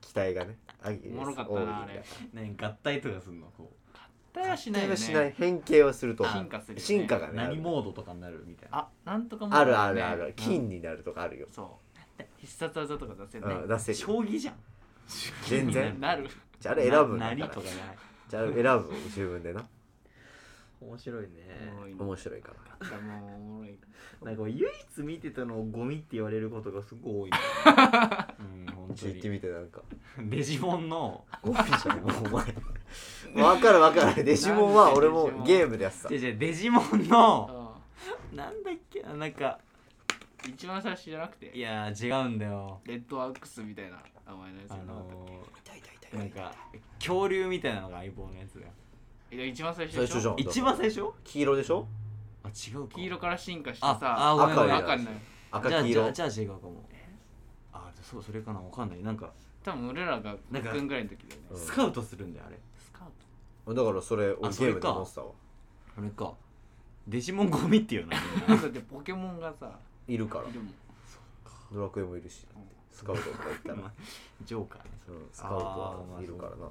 A: 機体がねアキレス
B: おもろかったな
A: オーディンが
B: あれ
C: それ何合体とかすんのこう
B: 対はしないよね
A: はしない変形はすると思う
B: 進化するよね
A: 進化がね
C: 何モードとかになるみたいな
B: あなんとかも
A: あるあるある
B: ね
A: 金になるとかあるよ、
B: そう必殺技とか出せ
A: う
B: ない、
A: ん、出せる
C: 将棋じゃん
A: 全然
B: なる
A: じゃああれ選ぶん
C: な
A: だか
C: 何と
A: ら
C: かじゃない
A: じゃああれ選ぶの自分でな
C: 面白いね
B: もういい
A: 面白いから
B: もうおもろい
C: なんか唯一見てたのをゴミって言われることがすごい多い、ね、 うん本
A: ちょっと行ってみてなんか
C: 当にデジモンの
A: ゴミじゃんもうお前わかるわかるデジモンは俺もゲームでやってた
C: じゃじゃ デジモン の
B: う
C: なんだっけななんか
B: ん一番最初じゃなくて
C: いやー違うんだよ
B: レッドアックスみたいな名前のやつ
C: あ
B: じゃなかったっ
C: の
A: 痛い痛い痛い
C: ー、
A: 痛
C: ないんか恐竜みたいなのが相棒のやつだよ
B: けいや一番最初
A: 最
B: でし
A: 初
B: ょ
A: じゃん
C: 一番最初
A: 黄色でしょ
C: あ違うか
B: 黄色から進化して
C: あ
B: さ
C: あごめんごめん
B: 赤になる
A: 赤
C: じゃあ
A: 黄
C: じゃあ
A: 色
C: じゃあ違うかもあそうそれかなわかんないなんか
B: 多分俺らが
C: なんか
B: 学んぐらいの時だよね
A: うん
C: スカウトするんだよあれ
B: スカート
A: だからそれ俺
C: あ
A: ゲ
C: それ
A: ー
C: か
A: ムで持ってたわ
C: あれかデジモンゴミっていうな
B: だってポケモンがさ
A: いるから
B: いるもん
A: ドラクエもいるし
B: うん
A: スカウトとか行ったら、
C: まあジョーカーねそれ
A: うん、スカウトはいるからな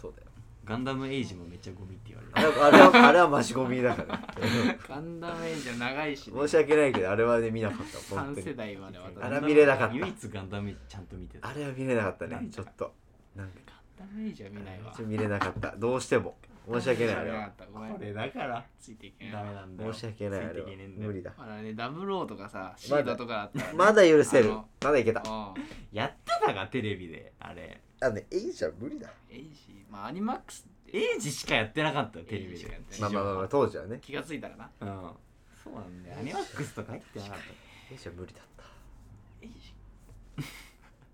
A: そうだよ
C: ガンダムエイジもめっちゃゴミって言われ
A: あ
C: る
A: れはあれはあれはマシゴミだから
B: ガンダムエイジは長いし、ね、
A: 申し訳ないけどあれはね見なかった本当
B: 3世
A: に
B: 代までわた
A: あ
B: る
A: れは見れなかった
C: 唯一ガンダムちゃんと見てた
A: あれは見れなかった
C: な
A: ね
C: んだ
A: ちょっとなんか
B: ガンダムエイジは見ないわ
A: ちょっと見れなかったどうしても申し訳ないあれ
B: 見な
A: は
B: かったごめん
C: だから
B: ついていけな
C: ダ
B: い
C: メなんだよ
A: 申し訳ないあれは
C: つてけねえんだよ
A: 無理だ
B: まだねダブローとかさシードとかあったらね
A: まだ許せる
B: あの
A: まだいけた
B: うん
C: やってたかテレビであれ
A: あのねエイジは無理だ
B: エイジまあアニマックスって
C: エイジしかやってなかったよテレ
B: エイ
C: ビ
B: ジしかや
C: で
B: ってない
A: まあまあまあまあ当時はね
B: 気がついたらな
C: うんそうなんだよアニマックスとか入ってなかっ
A: エイジは無理だった
B: エイジ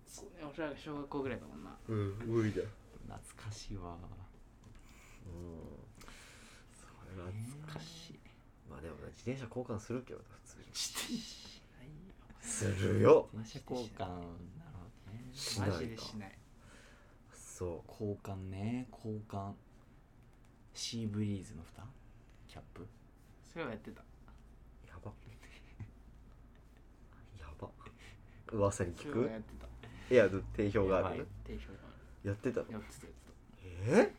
B: そうね俺らが小学校ぐらいだもんな
A: うん無理だ
C: た懐かしいわ
A: うんそれは
B: おかしい
A: まあでもね自転車交換するけどな普通に
B: ないよ
A: するよ
C: 電車交換なるほどね
A: しないか
B: マジでしない
A: そ
C: 交換ね交換シーブリーズの蓋キャップ
B: それはやってた
A: うやばやば噂に
B: そ
A: 聞
B: れは
A: く
B: やってた
A: いや定評がある
C: や
A: ね
C: ば
B: 定評が
A: やってたの
B: あるやってたやってた
A: え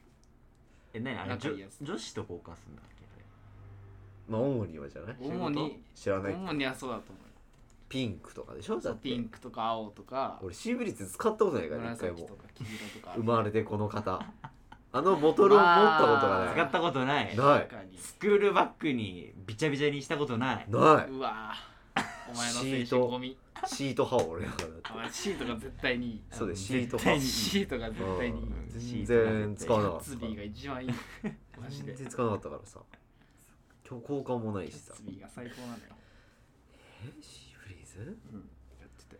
C: え何あれ
B: 仲
C: 女
B: いいやつ
C: 女子と交換するんだっけ
A: まあ主にはじゃない
B: 主に
A: 知らない
B: 主にはそうだと思
A: ピンクとかでしょ
B: う
A: だ
B: よ
A: って
B: ピンクとか青とか
A: 俺シーブリッツ使ったことないから一回
B: 紫と
A: も
B: か黄色とかある
A: 生まれてこの方あのボトルを持ったことが
C: あれ
A: な
C: 使
A: い
C: ったことない
A: ない
B: 確かに
C: スクールバッグにびちゃびちゃにしたことない
A: な
B: うわぁお前の
A: シ
B: 精
A: ート
B: 神ゴミ
A: いシート派俺だからだって
B: あシートが絶対にいい
A: そうで
C: あの
A: シート
C: 絶対
A: 派
C: に
B: シートが絶対にいい
A: うん
C: シ
A: 全
C: ートが絶対
A: 然使わなかった
B: ツビーが一 番いいマジで
A: 全然使わなかったからさ今日交換もないしさ
B: ツビーが最高なのよ、
A: えシーブリーズ
B: うん、やってて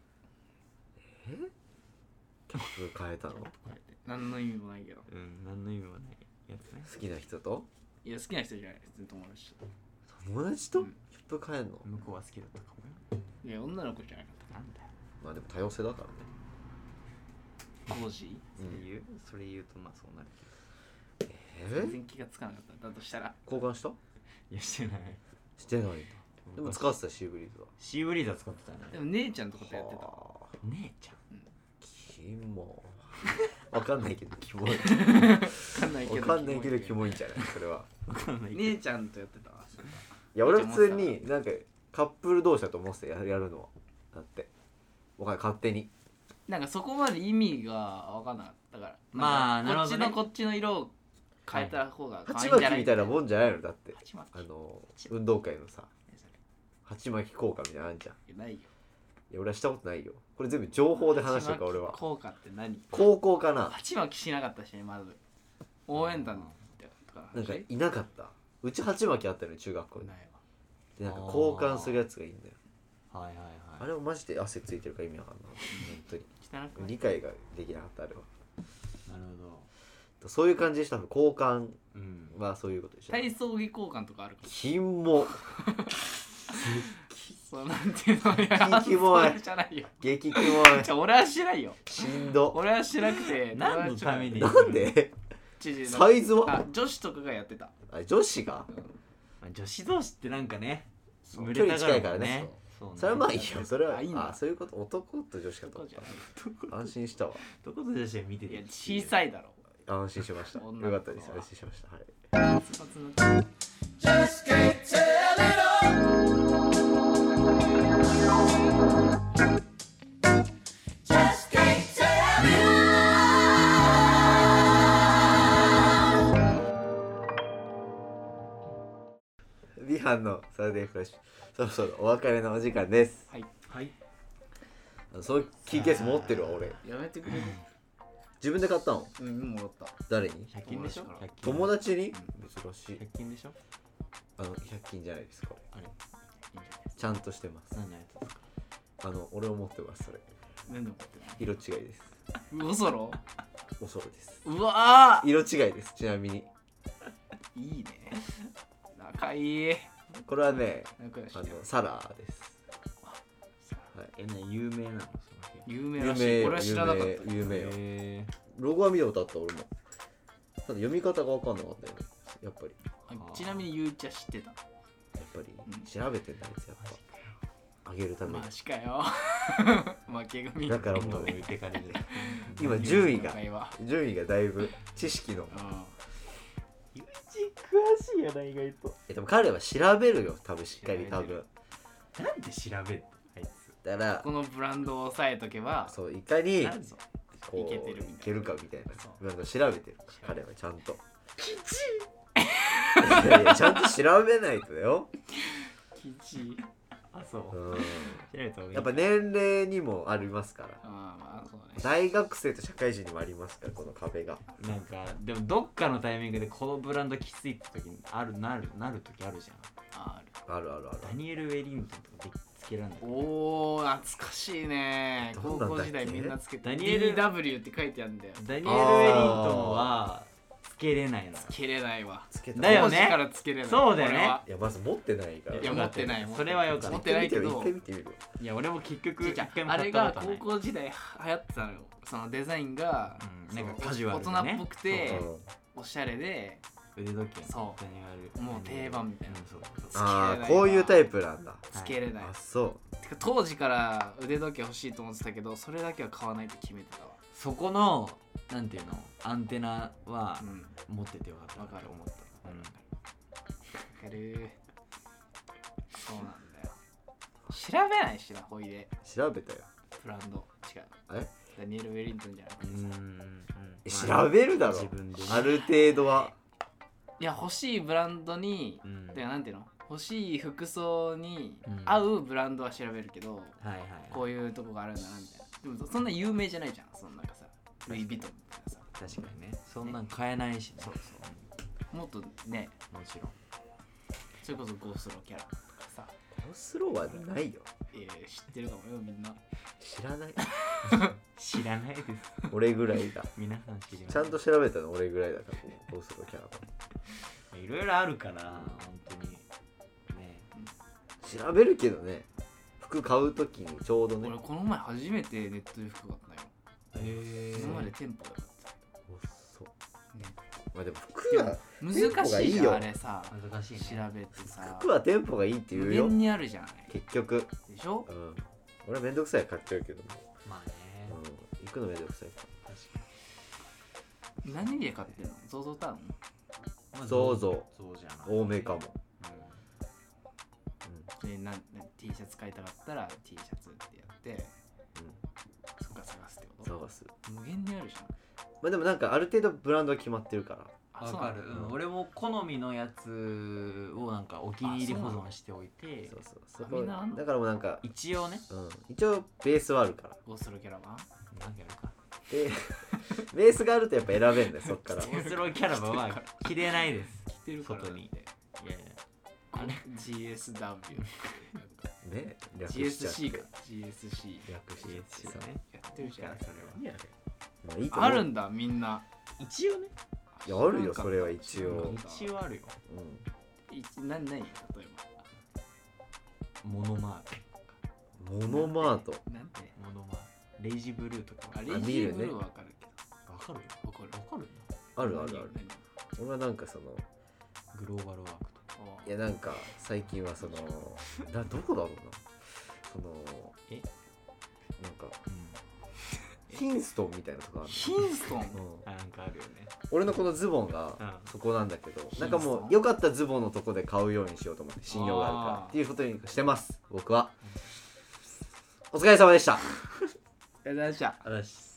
A: キャップ変えたの
B: こうやって何の意味もないけど
C: うん何の意味もないやつね
A: 好きな人と
B: いや好きな人じゃない普通に友達と
A: 友達と
B: う
A: キ
B: ん
A: ャップ変えんの
C: 向こうは好きだったかもよ
B: いや女の子じゃなかっ
C: なんだよ
A: まあでも多様性だからね
B: た当時
C: それ言う、それ言うとまあそうなるけど
A: え
B: 全然気がつかなかっただとしたら
A: 交換した
C: いやしてない
A: してないんだでも使ってたシーブリーズは
C: シーブリーザー使ってた
B: で
C: ね
B: も姉ちゃんとかとやってた
A: はあ
C: 姉ちゃん
A: キモわかんないけど キモい
B: 分かんないけ
A: わ
B: ど
A: かんないけどキモいん じゃないそれは
C: わかんないけど
B: 姉ちゃんとやってたわ
A: いや俺は普通になんかカップル同士だと思ってたややるのはだってお金勝手に
B: なんかそこまで意味が分かんなかったから
C: まあ
B: んか
C: なるほどね
B: こっちのこっちの色を変えた方が可愛
A: 鉢
B: いんじ
A: 巻
B: ゃな
A: き
B: い
A: みたいなもんじゃないのだって
B: 鉢巻き
A: あの運動会のさ鉢巻き効果みたいなのあんじゃん
B: いやないよ
A: いや俺はしたことないよこれ全部情報で話してるから俺
B: 鉢
A: は
B: 巻き効果って何
A: 高校かな
B: 鉢巻きしなかったしねまず応援団ってとか
A: なんか
B: ない
A: いなかったうち鉢巻きあったのよ中学校に
B: わ
A: でなんか交換するやつがいいんだよ
C: はいはい
A: あ
C: はい
A: れもマジで汗ついてるから意味わかんない本
B: 汚
A: 当
B: く
A: に
B: ない
A: 理解ができなかったあれは
C: なるほど
A: そういう感じでした交換
C: うん
A: はそういうことでしょ
B: 体操着交換とかあるかも
A: 金も
B: そうなんていうのいや
A: キモい
B: それじゃないよ
A: 激キモい
B: じゃあ俺はしないよ
A: しんど
B: 俺はしなくて
C: 何のために
A: なんで
B: 知事
A: サイズは
B: あ女子とかがやってた
A: あ女子が
C: まあ女子同士ってなんかね
A: う
C: 群れた
A: 距離
C: が
A: 近
C: る
A: いか
C: も
A: ら
C: ん
A: ね
C: そうね
A: それはまあいいよそれは
B: あいいんだ
A: あそういうこと男と女子かと
B: そ
A: 思
B: う
A: っ
B: じゃな
A: た安心したわ
C: どこと女子は見て
B: いい
C: て
B: や小さ
C: い
B: いだろ
A: 安心しました
B: 女の子
A: よ
B: は
A: かったです安心しましたはい
B: 活発になって
D: Just can't tell it all. Just can't tell it all.
A: ビハンのサタデーフラッシュそろそろお別れのお時間です
B: はい
C: はい
A: あのそういうキーケース持ってるわ俺
B: やめてくれる
A: 自分で買ったの
B: うん今もらっ
A: 誰に
C: 100均でしょ100均
A: 友達に珍しい
C: 100均でしょ
A: あの100均じゃないですこれ
C: あれ
A: ちゃんとしてます
C: 何のやつですか
A: あの俺を持ってますそれ
B: た何でも持ってない
A: 色違いです
B: うおそろ
A: おそろです
B: うわ
A: 色違いですちなみに
B: ーいいね仲いい
A: これはね
B: 仲良し
A: あのサラーです
C: えな有名なのその
B: 有名
A: 有
B: らしい
A: 名
B: 俺は知らなかった
A: 有名有名
C: 辺
A: よ
C: え
A: ロゴは見たことあった俺もただ読み方が分かんなかったよねやっぱり
B: あちなみにゆうちゃん知ってた
A: やっぱり
B: うん
A: 調べてんだあいつやっぱあげるために
B: マジかよ 負け組
A: だからもう
C: 置いてかれる
A: 今順位が
B: 仲いいわ
A: 順位がだいぶ知識の
B: うん
C: 友人詳しいやな意外と
A: えでも彼は調べるよ多分しっかり多分
C: なんで調べるあい
A: だから
B: このブランドを押さえとけば
A: そういかに
C: つ
B: そう
A: こう
B: いけてるみたいない
A: けるかみたいな
B: そう
A: ブランド調べてる彼はちゃんといやいやちゃんと調べないとだよ、
B: 吉
C: あそう
A: う
C: 調べた方がい
A: ん、
C: い
A: やっぱ年齢にもありますから
B: ああまあそうね
A: 大学生と社会人にもありますからこの壁が
C: なんかでもどっかのタイミングでこのブランドきついって時にあるなるなる時あるじゃん
B: ある
A: あるあるある
C: ダニエル・ウェリントンとかでつけらんない
B: おー懐かしいね
A: ど
B: 高
A: んなんだっけ
B: 校時代みんなつけて
C: ダニエル
B: DW って書いてあるんだよ
C: ダニエル・ウェリントンはつけれないの
B: つけれないわ
A: つけた
C: だよね
B: 当時からつけれない
C: そうだよね
B: 俺はい
A: やまず持ってないから
B: いや持ってない
C: それはよかった
B: 持ってないけ
A: 一
B: ど
A: 回見てみる
C: いや俺も結局
B: じ
C: 一
B: いちゃん
C: 回も
B: あ
C: 買
B: れ
C: った
B: が
C: ことない
B: 高校時代流行ってたのよそのデザインが、
C: うんなんかカジュアルでね
B: 大人っぽく
A: 一回
B: て
A: 見てみる
B: おしゃれで
C: 腕時計
B: そう
C: ダニエル
B: もう定番みたいな
C: うんそうそう
B: つけれな
A: あ
B: いわ
A: あこういうタイプなんだ
B: つけれない、
A: あそ
B: てか当時から腕時計欲しいと思ってたけどそれだけは買わないって決めてたわ
C: そこのなんていうのアンテナは
B: うんわ
C: 持っててよかったなって思った
B: かるーそうなんだよ調べないしなほいで
A: う調べたよ
B: ブランド違う
A: え
B: ダニエル・ウェリントンじゃなくて
C: うんうん
A: え調べるだろ
C: 自分でね
A: ある程度はい
B: や欲しいブランドに
C: うん
B: だからなんていうの欲しい服装に
C: うん
B: 合うブランドは調べるけど、
C: はいはい
B: こういうとこがあるんだなみたいなでもそんな有名じゃないじゃんそんなんかさルイ・ヴィトンみたいなさ
C: 確かにねそんなん買えないしね
B: そうそうもっとね
C: もちろん
B: それこそゴーストのキャラとかさ
A: オスローはないよ
B: いやいや知ってるかもよみんな
A: 知らない
C: 知らないです
A: 俺ぐらいだ
C: 皆さん知りま
A: ちゃんと調べたの俺ぐらいだからオスローキャラ
C: いろいろあるから本当にね
A: バン調べるけどね服買うときにちょうどね
B: 俺この前初めてネットで服買ったよ
C: え
B: 今まで店舗だった
A: おっそ
B: ね
A: まあでも服は店舗
B: 難
A: が
B: し
A: い
B: い
A: い
B: じゃ
A: よ
B: んあれさ
C: 難しい
B: 調
C: ね
B: べてさ
A: 服は店舗がいいって言
B: 無
A: うよ
B: 限にあるじゃない
A: 結局
B: でしょ
A: うん俺はめんどくさいから買っちゃうけど、
C: まあね
A: うん、行くのめんどくさいか
C: 確
B: 何で買ってんの ZOZO タウン
C: かに
A: そうそう
C: そうじゃ
A: ら多めかも、
C: う
B: でなんなん T シャツ買いたかったら T シャツってやってそっから探すって
A: う
B: こ
A: ん、
B: と
A: 探す
B: 無限にあるじゃん
A: まあでもなんかある程度ブランドは決まってるから
B: あ
C: わ
B: そうな
C: か
B: んだ
C: る、うん俺も好みのやつをなんかお気に入り保存しておいて
A: そうそうそ
B: み
A: こ
B: んなあんの
A: だからもうなんか、
C: 一応ね
A: うん、一応ベースはあるから
B: ゴーストロキャラバン
C: なんかやるか
A: で ベースがあるとやっぱ選べん だよそっから
C: オスロキャラバ ンは着れないです
B: 着てるから
C: 外にいやいや
B: あれ GSW なんか
A: ね略 しちゃって
B: GSC か GSC
A: 略しちゃってさ、
C: ね
B: やってるじゃん
C: いいからそれは
A: まあ、いいと思
B: あ
A: う
B: るんだみんな
C: 一応ね
A: いやあるよそれは一
B: そう
A: 応
B: なん、だ
C: 一応あるよ
A: うん、
B: い何何例え
C: モノマーク
B: ば
A: モノマート
B: なんて
C: モノマークレイジブルーとか
B: あ
C: わ
B: れ
A: あ
B: レイジ
A: ビールね
B: ブルーはわかるけ
C: か
B: どわ
C: る
B: かる
C: わかる
A: あるあるある
B: 何
A: 俺はなんかその
C: グローバルワークとか
B: 何
A: いやなんか最近はそのなどこだろうなその
C: え
A: なんか
C: うん
A: ヒンストンみたいなとこある
B: ヒンスト ン
A: の、うん
C: あなんかあるよね
A: 俺のこのズボンが
C: うん
A: そこなんだけど
B: ヒンス
A: な
B: トン
A: んかもう良かったズボンのとこで買うようにしようと思って信用があるから
B: あー
A: っていうことにしてます僕はお疲れ様でした
B: ありがとうございました
C: あざっす